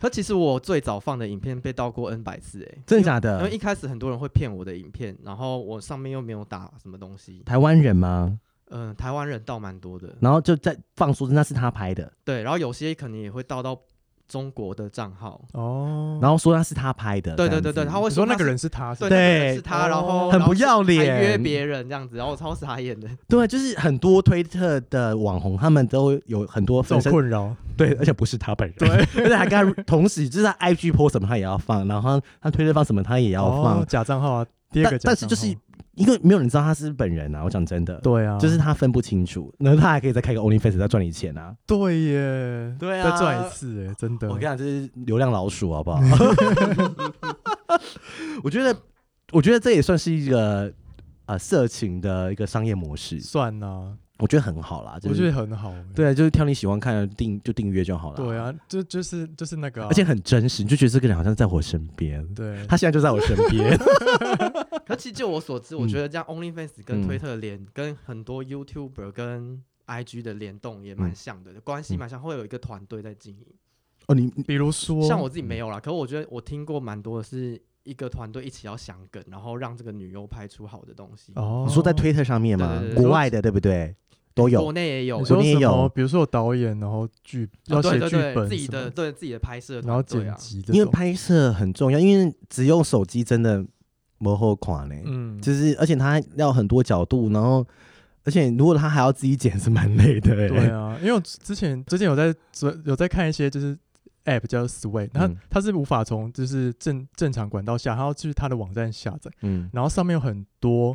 D: 可其实我最早放的影片被盗过 N 百次、哎，
C: 真的假
D: 因为
C: 的
D: 一？开始很多人会骗我的影片，然后我上面又没有打什么东西。
C: 台湾人吗？
D: 嗯、台湾人盗蛮多的，
C: 然后就在放说那是他拍的，
D: 对，然后有些可能也会盗到中国的账号，
B: 哦，
C: 然后说那是他拍的，
D: 对对
C: 这样子
D: 对对，他会
B: 你说那
D: 他
B: 个
D: 是
B: 人是他是
D: 对
B: 吗，
D: 那个人
C: 对
D: 是他，然
B: 哦
D: 后
C: 很
D: 然后
C: 不要
D: 还
C: 脸，
D: 约别人这样子，然后我超傻眼的，
C: 对，就是很多推特的网红，他们都有很多
B: 这
C: 分
B: 种
C: 身，
B: 困扰，
C: 对，而且不是他本人，对，而且还跟他同时就是他 IG po 什么他也要放，然后他推特放什么他也要放，
B: 哦假账号啊，第二
C: 但
B: 个假账号，
C: 但是就是因为没有人知道他是本人啊，我讲真的，、
B: 对啊，
C: 就是他分不清楚，然后他还可以再开个 OnlyFans 再赚你钱啊，
B: 对耶，
C: 对
D: 啊
C: 啊
B: 再赚一次哎，真的
C: 我跟你，讲，这是流量老鼠，好
B: [LAUGHS]
C: 不好？我觉得，我觉得这也算是一个呃色情的一个商业模式，
B: 算呐，
C: 我觉得很好啦。就
B: 我
C: 是、
B: 觉得很好耶，
C: 对，啊就是挑你喜欢看的订就订阅就好了。
B: 对，啊，就就是就是那个啊，
C: 而且很真实，你就觉得这个人好像在我身边，
B: 对，
C: 他现在就在我身
B: [LAUGHS]
C: 边。
D: 可其实就我所知，我
C: 嗯
D: 觉得这样 OnlyFans 跟
C: 嗯
D: 推特连、跟很多 YouTuber 跟 IG 的联动也蛮
C: 嗯
D: 像的，关系蛮像，会有一个团队在经营。
C: 哦，你你
B: 比如说
D: 像我自己没有啦，可我觉得我听过蛮多的是一个团队一起要想梗，然后让这个女优拍出好的东西。
B: 哦，
C: 你说在推特上面吗？
D: 对对对
C: 国外的对不对？都有
D: 国内也有
B: 你
D: 啊，
B: 说
C: 我也
B: 什么？
C: 有
B: 比如说有导演，然后剧要写
D: 对对
B: 剧
D: 对
B: 本
D: 自己
B: 什么
D: 的，对自己的拍摄
B: 然后
D: 团队
B: 剪
D: 啊，
B: 辑的，
C: 因为拍摄很重要，因为只用手机真的没好看呢、
B: 嗯，
C: 就是而且他要很多角度，然后而且如果他还要自己剪是蛮累的、欸。
B: 对啊，因为我之前最近有在昨有在看一些就是 app 叫 Sway，它、
C: 嗯
B: 它是无法从就是正正常管道下，它要去它的网站下载，
C: [LAUGHS] 嗯，
B: 然后上面有很多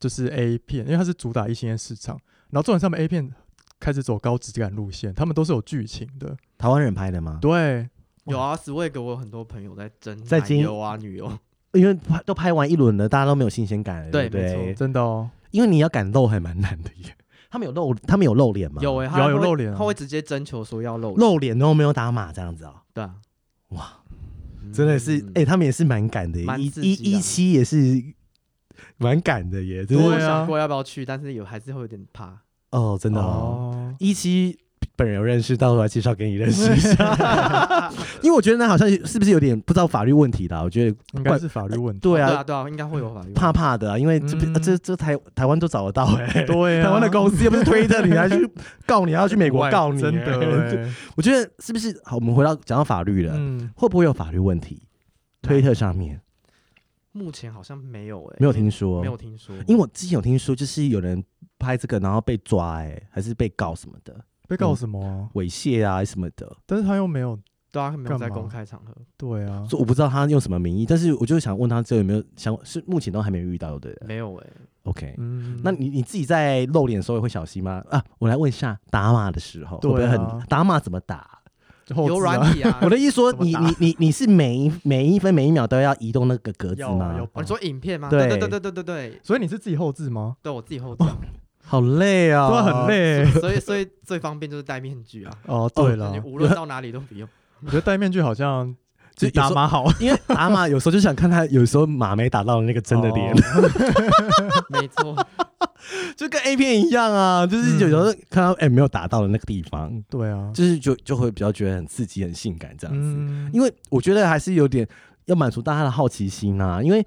B: 就是 A 片，因为它是主打异性恋市场，然后重点上面 A 片开始走高质感路线，他们都是有剧情的，
C: 台湾人拍的吗？
B: 对，
D: 有啊，Swag 我有很多朋友在争
C: 在
D: 男
C: 经
D: 优啊女优，
C: 因为拍都拍完一轮了，大家都没有新鲜感了，对
D: 对
C: 不对
D: 没？
B: 真的哦，
C: 因为你要敢露还蛮难的耶。 [LAUGHS] 他们有露，他们有露脸吗？
D: 有哎、
B: 有
D: 他
B: 啊有
D: 会
B: 露脸啊
D: 他会直接征求说要露
C: 露脸，然后没有打码这样子哦。
D: 对啊，
C: 哇
D: 嗯，
C: 真的是，哎，他们也是蛮敢的耶，
D: 蛮
C: 一
D: 刺
C: 一
D: 激的
C: 一期也是蛮敢的耶，真
B: 对
D: 我有
B: 啊
C: 的
D: 想过要不要去，但是有还是会有点怕。
C: 哦，真的哦。
B: 哦，
C: 一期本人有认识，到时候来介绍给你认识一下， [LAUGHS] 因为我觉得那好像是不是有点不知道法律问题啦？啊我觉得
B: 应该是法律问题，
C: 对
D: 对
C: 啊，
D: 啊，对啊，应该会有法律。
C: 怕怕的啊，因为这
B: 嗯
C: 边这这台台湾都找得到哎。
B: 对啊，
C: 台湾的公司又不是推特，你还去告你，还要去美国告你，
B: 真的
C: 欸。
B: 欸，
C: 我觉得是不是好？我们回到讲到法律了，
B: 嗯，
C: 会不会有法律问题？推特上面
D: 目前好像没有哎、
C: 哎没有听说，
D: 没有听说，
C: 因为我之前有听说，就是有人拍这个，然后被抓、哎，还是被告什么的，
B: 被告什么啊、
C: 猥亵啊什么的。
B: 但是他又没有，
D: 对啊，没有
B: 干
D: 在
B: 嘛
D: 公开场合。
B: 对啊，
C: 所以我不知道他用什么名义，但是我就想问他，这有没有相是目前都还没遇到的人
D: 没有哎、
C: ？OK，、
B: 嗯，
C: 那你你自己在露脸的时候会小心吗？啊，我来问一下，打码的时候会
B: 对啊
C: 不会很打码怎么打？
B: 后置啊
D: 有软体啊
C: [LAUGHS] 。我的意思说，
B: 怎么
C: 你
B: 打
C: 你你你是每一每一分每一秒都要移动那个格子
B: 要啊
C: 吗？
B: 要
D: 哦，
B: 吧
D: 你说影片吗？
C: 对哦
D: 对对对对对对，
B: 所以你是自己后置吗？
D: 对我自己后置啊、
C: 好累啊、
B: 对啊，很。累欸。
D: 所以所以最方便就是戴面具啊。
B: 哦，对了
D: 你，无论到哪里都不
C: [LAUGHS]
D: 用。
B: 我觉得戴面具好像
C: 就
B: 比打
C: 有时候
B: 码好，
C: 因为打码有时候就想看他，有时候码没打到的那个真的脸，
B: 哦
D: 没错，
C: 就跟 A 片一样啊，
B: 嗯
C: 就是有时候看到哎、没有打到的那个地方，
B: 对啊，
C: 就是就就会比较觉得很刺激、很性感这样子。
B: 嗯，
C: 因为我觉得还是有点要满足大家的好奇心啊，因为。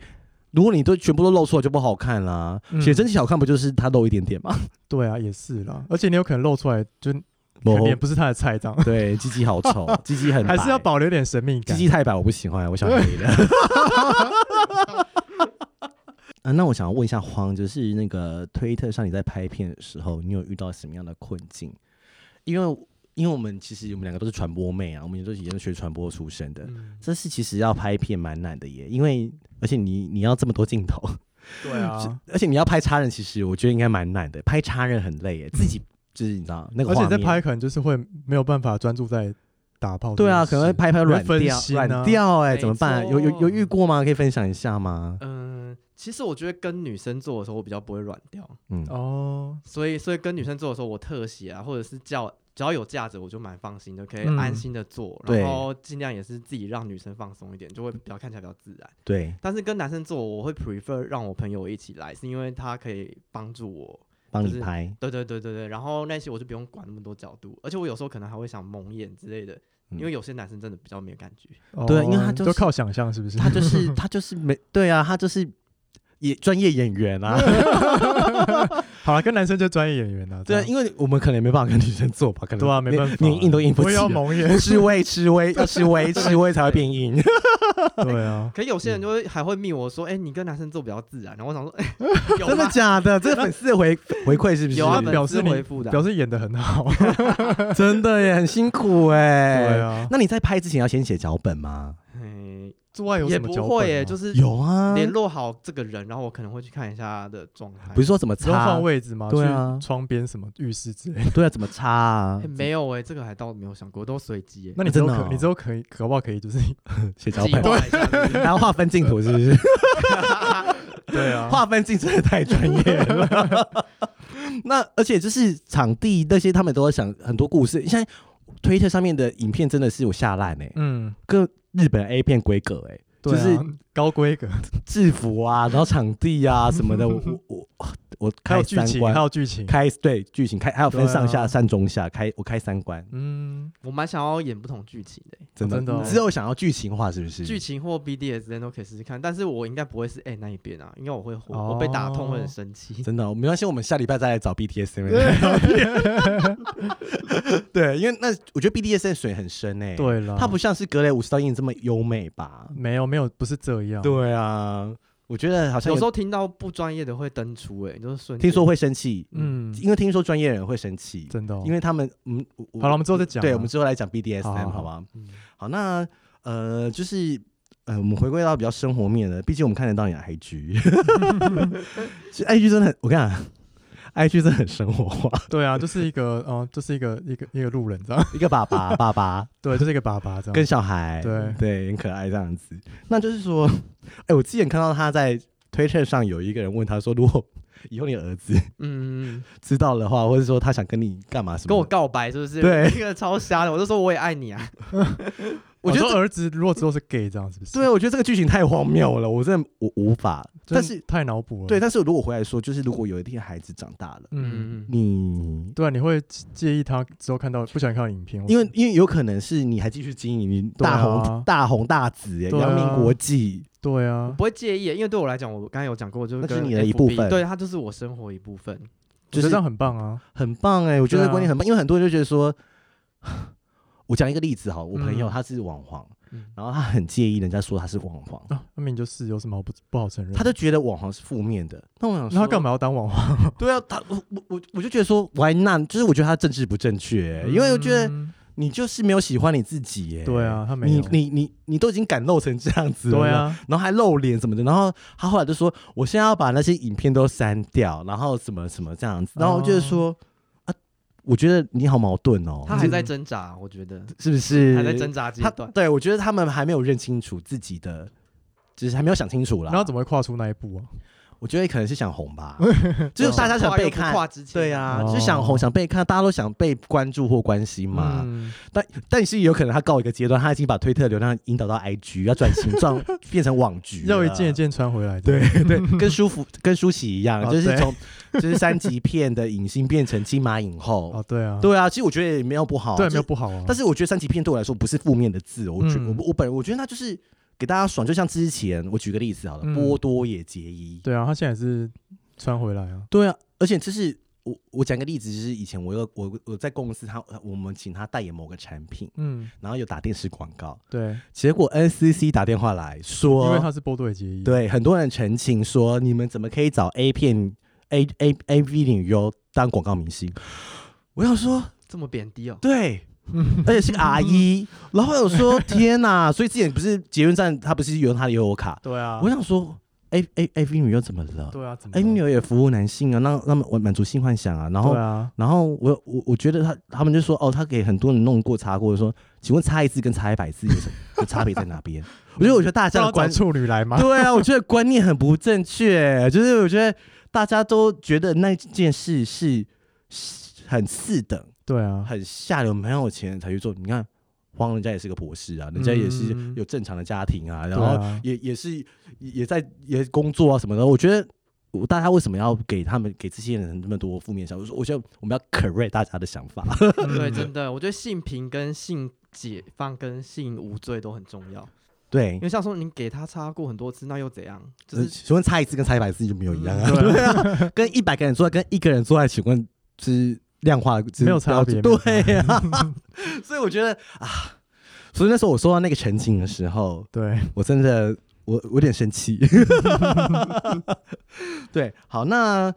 C: 如果你都全部都露出来就不好看啦、
B: 嗯
C: 写真集好看不就是他露一点点吗？
B: 对啊，也是啦。而且你有可能露出来，就
C: 某
B: 脸不是他的菜，这样
C: 对，鸡鸡好
B: [LAUGHS]
C: 丑，鸡鸡很白
B: 还是要保留点神秘
C: 鸡
B: 感。
C: 鸡太白我不喜欢，我
B: [LAUGHS]
C: 想黑的。啊，那我想问一下荒，就是那个推特上你在拍片的时候，你有遇到什么样的困境？因为因为我们其实我们两个都是传播妹啊，我们也都是以前学传播出身的，
D: 嗯
C: 这是其实要拍片蛮难的耶，因为而且你你要这么多镜头， [LAUGHS]
B: 对啊，
C: 而且你要拍插人，其实我觉得应该蛮难的，拍插人很累耶，自己就是你知道那个
B: 嗯而且
C: 画
B: 在
C: 面，
B: 拍可能就是会没有办法专注在打炮这件事。
C: 对啊，可能会拍拍软
B: 会分
C: 掉，
B: 心啊
C: 软掉哎、
D: 没
C: 怎么办？有有
D: 错
C: 有遇过吗？可以分享一下吗？
D: 嗯、其实我觉得跟女生做的时候，我比较不会软掉，
C: 嗯，
B: 哦，
D: 所以所以跟女生做的时候，我特写啊，或者是叫只要有价值，我就蛮放心的，可以
B: 嗯
D: 安心的做，
C: 对
D: 然后尽量也是自己让女生放松一点，就会比较看起来比较自然。
C: 对，
D: 但是跟男生做，我会 prefer 让我朋友一起来，是因为他可以帮助我。
C: 帮
D: 就
C: 你
D: 是
B: [LAUGHS]
C: 拍，
D: 对对对对对，然后那些我就不用管那么多角度，而且我有时候可能还会想蒙眼之类的，
C: 嗯
D: 因为有些男生真的比较没有感觉。
B: 哦
C: 对因为他就是
B: 都靠想象，是不是？
C: 他就是他就是没对啊，他就是也专业演员啊，
B: [LAUGHS] 好了，跟男生就专业演员啊，
C: [LAUGHS] 对啊，
B: 这样
C: 因为我们可能没办法跟女生做吧，可能
B: 对啊，没办法，
C: 连硬都硬不
B: 我
C: 起
B: 也
C: 来，
B: 要蒙眼
C: 吃微吃微要吃微吃微才会变硬。
B: 对啊，
D: 可有些人就会还会密我说，哎、你跟男生做比较自然。然后我想说，
B: [LAUGHS]
D: 哎、有
C: 真的
D: 吗
C: 假的？这个粉丝的回回馈是不是？
D: 有啊，
B: 表示
D: 粉丝
B: 你
D: 回复的啊、
B: 表示演的很好，
C: 真的耶，很辛苦哎。
B: 对啊，
C: 那你在拍之前要先写脚本吗？
D: 哎
B: 做爱有
D: 也
B: 什么
D: 不
B: 脚
D: 会
B: 本
D: 耶、
B: 吗
D: 就是
C: 有啊，
D: 联络好这个人，然后我可能会去看一下他的状态。
C: 不是说怎么
B: 不用
C: 擦
B: 换？位置吗？
C: 对啊
B: 去窗边什么浴室之类的。
C: 对啊，怎么擦啊
B: [LAUGHS]
D: 哎、？没有哎、这个还倒没有想过，都随机耶、
B: 那你之后
C: 真的
B: 可
C: 哦
B: 你之后可以，搞不好可
C: [LAUGHS]
B: 以，就是
C: 写脚
D: 计
C: 本，
D: 划一下是不 [LAUGHS] 是
C: 然后划分镜头是不
B: [LAUGHS]
C: 是？
B: 对啊，
C: 划分镜真的太专业了。 [LAUGHS] 那而且就是场地那些，他们都在想很多故事。现在推特上面的影片真的是有下烂哎、
B: 嗯，
C: 跟日本 A 片规格哎、
B: 对啊
C: 就是
B: 高规格，
C: 制服啊，然后场地啊什么
B: [LAUGHS]
C: 的，我我我我
B: 还
C: 开
B: 有剧
C: 三
B: 情，还
C: 关，
B: 有剧情，
C: 开对剧情开还有分上
B: 对
C: 下、
B: 啊
C: 上中下，开我开三关，
B: 嗯，
D: 我蛮想要演不同剧情的耶、
C: 真的
B: 真的哦
C: 你只有想要剧情化是不是？
D: 剧情或 BDSN 都可以试试看，但是我应该不会是 A 那一边啊，因为我会火，
C: 哦
D: 我被打痛会很生气。
C: 真的哦没关系，我们下礼拜再来找
B: [LAUGHS]
C: BTS 的照片对，因为那我觉得 BTS 的水很深哎、
B: 对啊了，
C: 它不像是格雷五十道阴影这么优美吧？
B: 没有没有不是这样，
C: 对啊，我觉得好像
D: 有
C: 有
D: 时候听到不专业的会登出、哎，就是瞬间
C: 听说会生气，
B: 嗯，
C: 因为听说专业人会生气，
B: 真的哦，
C: 因为他们嗯，我
B: 好了我们之后再讲啊
C: 对，我们之后来讲 BDSM
B: 好好
C: 好
B: 好
C: 吧？
D: 嗯
C: 好，那呃，就是呃，我们回归到比较生活面的，毕竟我们看得到你的 [LAUGHS] IG，其实 IG 真的很，我跟你讲。IG 真的很生活化，
B: 对啊，就是一个，嗯，就是一个一个一个路人这样，
C: 一个爸爸、爸爸
B: [LAUGHS] 对，就是一个爸爸
C: [LAUGHS]
B: 这
C: 跟
B: 样，哦
C: 小孩，
B: 对
C: 对，很可爱这样子。那就是说，哎、我之前看到他在推特上有一个人问他说，如果以后你儿子 [LAUGHS]
D: 嗯，嗯
C: 知道的话，或者说他想跟你干嘛什么的？
D: 跟我告白是不是？
C: 对
D: 那个超瞎的，我就说我也爱你啊。
C: 我觉得
B: 哦说儿子如果之后是 gay 这样，是不是？
C: 对，我觉得这个剧情太荒谬了，我真的我无法。
B: 真的
C: 但是
B: 太脑补了，
C: 对，，但是如果回来说，就是如果有一天孩子长大了，
B: 嗯，
D: 嗯，
C: 你
B: 对啊，你会介意他之后看到不想看到影片，
C: 因为因为有可能是你还继续经营，你
B: 嗯对
C: 大
B: 啊
C: 红、大红大紫耶，
B: 对啊
C: 扬名国际，
B: 对啊
D: 我，不会介意耶，因为对我来讲，我刚才有讲过，就是
C: 那是
D: 跟
C: 你的一部
D: FB
C: 分
D: 对，它就是我生活一部分。
B: 我
C: 就
B: 觉得这
C: 是
B: 样很棒啊，
C: 很棒哎，我觉得
B: 对啊
C: 这个观念很棒，因为很多人就觉得说。 [LAUGHS] 我讲一个例子哈，我朋友
B: 嗯
C: 他是网黄，
D: 嗯
C: 然后他很介意人家说他是网黄，
B: 啊，那明明就是有什么好不不好承认？
C: 他就觉得网黄是负面的。那我想
B: [LAUGHS] 那 [LAUGHS]
C: 说，
B: 他干嘛要当网红？
C: 对啊，他我我我我就觉得说，Why not？就是我觉得他政治不正确、 [LAUGHS] 因为我觉得
B: 嗯
C: 你就是没有喜欢你自己耶、
B: 对啊他没
C: 你
B: 有
C: 你你你都已经敢露成这样子了，
B: 对，啊，
C: 然后还露脸什么的，然后他后来就说，我现在要把那些影片都删掉，然后什么什么这样子，然后我就是说、啊，我觉得你好矛盾哦，
D: 哦他还在挣扎，啊我觉得
C: 是不是
D: 还在挣扎阶
C: 他
D: 段。
C: 对我觉得他们还没有认清楚自己的。就是还没有想清楚啦，
B: 然后怎么会跨出那一步啊？
C: 我觉得可能是想红
D: [LAUGHS]
C: 吧，就是大家想
D: 跨
C: 被
D: 又不
C: 看，
D: 跨之前，
C: 对啊，
B: 哦
C: 就是想红、想被看，大家都想被关注或关心嘛。
B: 嗯，
C: 但但是有可能他告一个阶段，他已经把推特流量引导到 IG，要转型
D: [LAUGHS]
C: 转变成网局了，
B: 要一件一件穿回来的。
C: 对对，
B: [LAUGHS]
C: 跟舒服跟舒淇一样，
B: 哦
C: 就是
B: 对
C: 从就是三级片的影星变成金马影后
B: 哦，。对啊，
C: 对啊，其实我觉得也没有不好啊，
B: 对，
C: 就是
B: 没有不好啊。
C: 但是我觉得三级片对我来说不是负面的字哦，我觉
B: 嗯
C: 我我本人我觉得那就是给大家爽，就像之前我举个例子好了，
B: 嗯
C: 波多野结衣，
B: 对啊，他现在也是穿回来啊。
C: 对啊，而且就是我我讲个例子，就是以前我有我我在公司他我们请他代言某个产品，
B: 嗯，
C: 然后有打电视广告，
B: 对，
C: 结果 NCC 打电话来
B: 因为
C: 说，
B: 他是波多野结衣。，
C: 对很多人澄清说，你们怎么可以找 A 片 A A A V 女优当广告明星？我想说，
D: 这么贬低
B: [LAUGHS]
D: 哦。
C: 对。而且是个阿姨，然后我想说天哪！所以之前不是捷运站，他不是有他的悠游卡？
B: 对啊
C: 我，想说，A A A V 女优怎么了？
B: 对啊，怎么
C: A V 女
B: 了？
C: 优也服务男性啊，让让我满足性幻想啊。然后
B: 对啊，
C: 然后我我我觉得他他们就说哦，他给很多人弄过擦过，说请问擦一次跟擦一百次有什么有差别在哪
B: [LAUGHS]
C: 边？我觉得我觉得大
B: 这
C: 家的
B: 要找
C: 观
B: 处女来吗？
C: [LAUGHS] 对啊，我觉得观念很不正确，就是我觉得大家都觉得那件事是是很次等、
B: 对啊，
C: 很下流，没有钱才去做。你看，荒人家也是个博士啊，人家也是
B: 嗯
C: 有正常的家庭啊，
B: 对
C: 然后 [LAUGHS]
B: 啊，
C: 也也是也也在也工作啊什么的。我觉得我大家为什么要给他们给这些人那么多负面想法？我说，我觉得我们要 correct 大家的想
B: [LAUGHS]
C: 法。
D: 对，真的，我觉得性平跟性解放跟性无罪都很重要。
C: 对
D: 因，为像说你给他擦过很多次，那又怎样？就
C: 就是
D: 是
C: 请问擦一次跟擦一百次就没有一样啊？
B: 嗯对
C: [LAUGHS] 对啊，跟一百个人坐在跟一个人坐在，请问是量化是
B: 没有差
C: 标
B: 别
C: 准对啊，所以我觉得啊，所以那时候我收到那个陈情的时候，
B: 对，
C: [LAUGHS] 我真的我我有点生气。 [LAUGHS] 对，好，那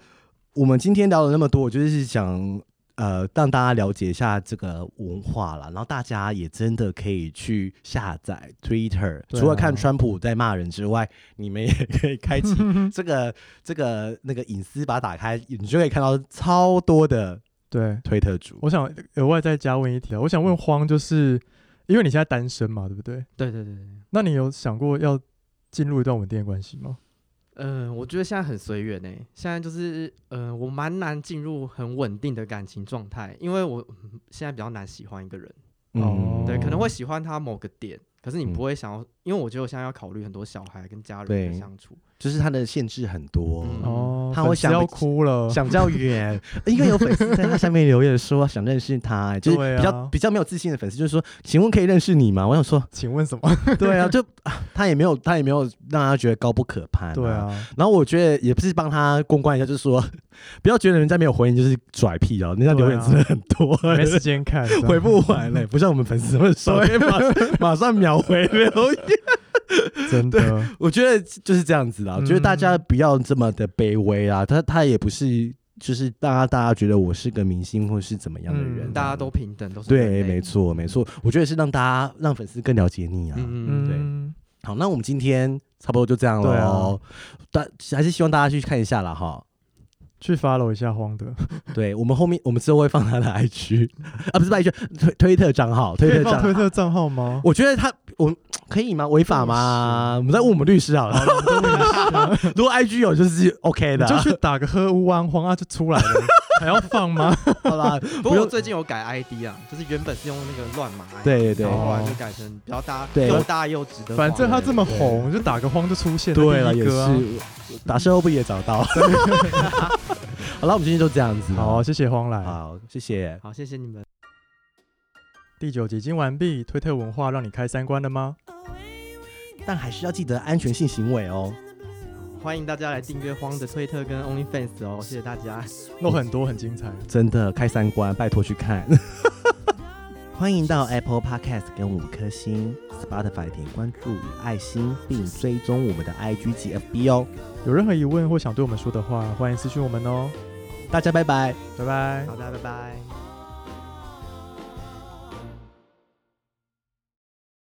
C: 我们今天聊了那么多，我就是想呃让大家了解一下这个文化啦，然后大家也真的可以去下载 Twitter，、
B: 对啊
C: 除了看川普在骂人之外，你们也可以
B: [LAUGHS]
C: 开启这个这个那个隐私把它打开，你就可以看到超多的
B: 对，
C: 推特主。
B: 我想额外再加问一啊条，我想
C: 嗯
B: 问荒，就是因为你现在单身嘛，对不对？
D: 对对对对，
B: 那你有想过要进入一段稳定的关系吗？
D: 嗯、我觉得现在很随缘呢。欸现在就是，呃，我蛮难进入很稳定的感情状态，因为我嗯现在比较难喜欢一个人，
B: 哦
D: 对，可能
B: 哦
D: 会喜欢他某个点，可是你
C: 嗯
D: 不会想要，因为我觉得我现在要考虑很多小孩跟家人
C: 对
D: 的相处，
C: 就是它的限制很多。
D: 嗯
B: 哦，
C: 他会
B: 粉丝
C: 想
B: 要
C: 不
B: 哭了，
C: 想比较远， [LAUGHS] 因为有粉丝在他下面留言说想认识他、欸就是
B: 对啊
C: 比较、比较没有自信的粉丝，就是说，请问可以认识你吗？我想
B: [LAUGHS]
C: 说，
B: 请问什么？
C: 对啊，就啊他也没有他也没有让他觉得高不可攀、
B: 对啊，
C: 然后我觉得也不是帮他公关一下，就是说， [LAUGHS] 不要觉得人家没有回应就是拽屁哦，人家留言真的很多、
B: 啊
C: 欸
B: 没啊时间看，这样
C: 回不完嘞、不像 [LAUGHS] 我们粉
B: [LAUGHS]
C: 丝那么少，可以 [LAUGHS] 马马上秒回留言。
B: 真的，
C: 我觉得就是这样子啦，我觉得大家不要这么的卑微啦，他他也不是就是大家大家觉得我是个明星或是怎么样的人啊、
B: 嗯
D: 大家都平等，都是
C: 对，
D: 人类
C: 没错没错，我觉得是让大家让粉丝更了解你啊。
D: 嗯嗯，
C: 对
B: 嗯，
C: 好，那我们今天差不多就这样
B: 对
C: 喽
B: 啊，
C: 大、还是希望大家去看一下啦哈。
B: 去 follow 一下荒的，
C: 对我们后面我们之后会放他的 IG [LAUGHS] 啊，不是 IG 推推特账号，推
B: 可以
C: 特
B: 放
C: 账
B: 推
C: 号。
B: 特账号吗？
C: 我觉得他我可以吗？违法吗？我们再问我们律师
B: [LAUGHS]
C: 好了。
B: 好了，我们都问一
C: [LAUGHS]
B: 下
C: 如果 IG 有就是 OK
B: 你
C: 的啊，
B: 就去打个喝乌安荒啊，就出来了，还要放
C: [LAUGHS]
B: 吗？
C: 好啦。
D: 不过我最近有改 ID 啊，就是原本是用那个乱码 ID，
C: 对对对
D: 然后后来就改成比较大，
C: 对
D: 又大又值得。
B: 反正他这么
C: 对
B: 红，就打个荒就出现了，
C: 对了，
B: 第一
C: 也
B: 个啊。
C: 是打售后部也找到。 [LAUGHS] 好了，我们今天就这样子。哦
B: 好，，啊谢谢荒来。
C: 好，啊谢谢。
D: 好，谢谢你们。
B: 第九集已经完毕，推特文化让你开三观了吗？
C: 但还是要记得安全性行为哦。
D: 欢迎大家来订阅荒的推特跟 OnlyFans 哦，谢谢大家。
B: 有很多很精彩。
C: 真的开三观，拜托去 [LAUGHS] 看。欢迎到 Apple Podcast 给我们五颗星，Spotify 点关注与爱心，并追踪我们的 IG 及 FB 哦。
B: 有任何疑问或想对我们说的话，欢迎私讯我们哦。
C: 大家拜拜。
B: 拜拜
D: 好。的，拜拜。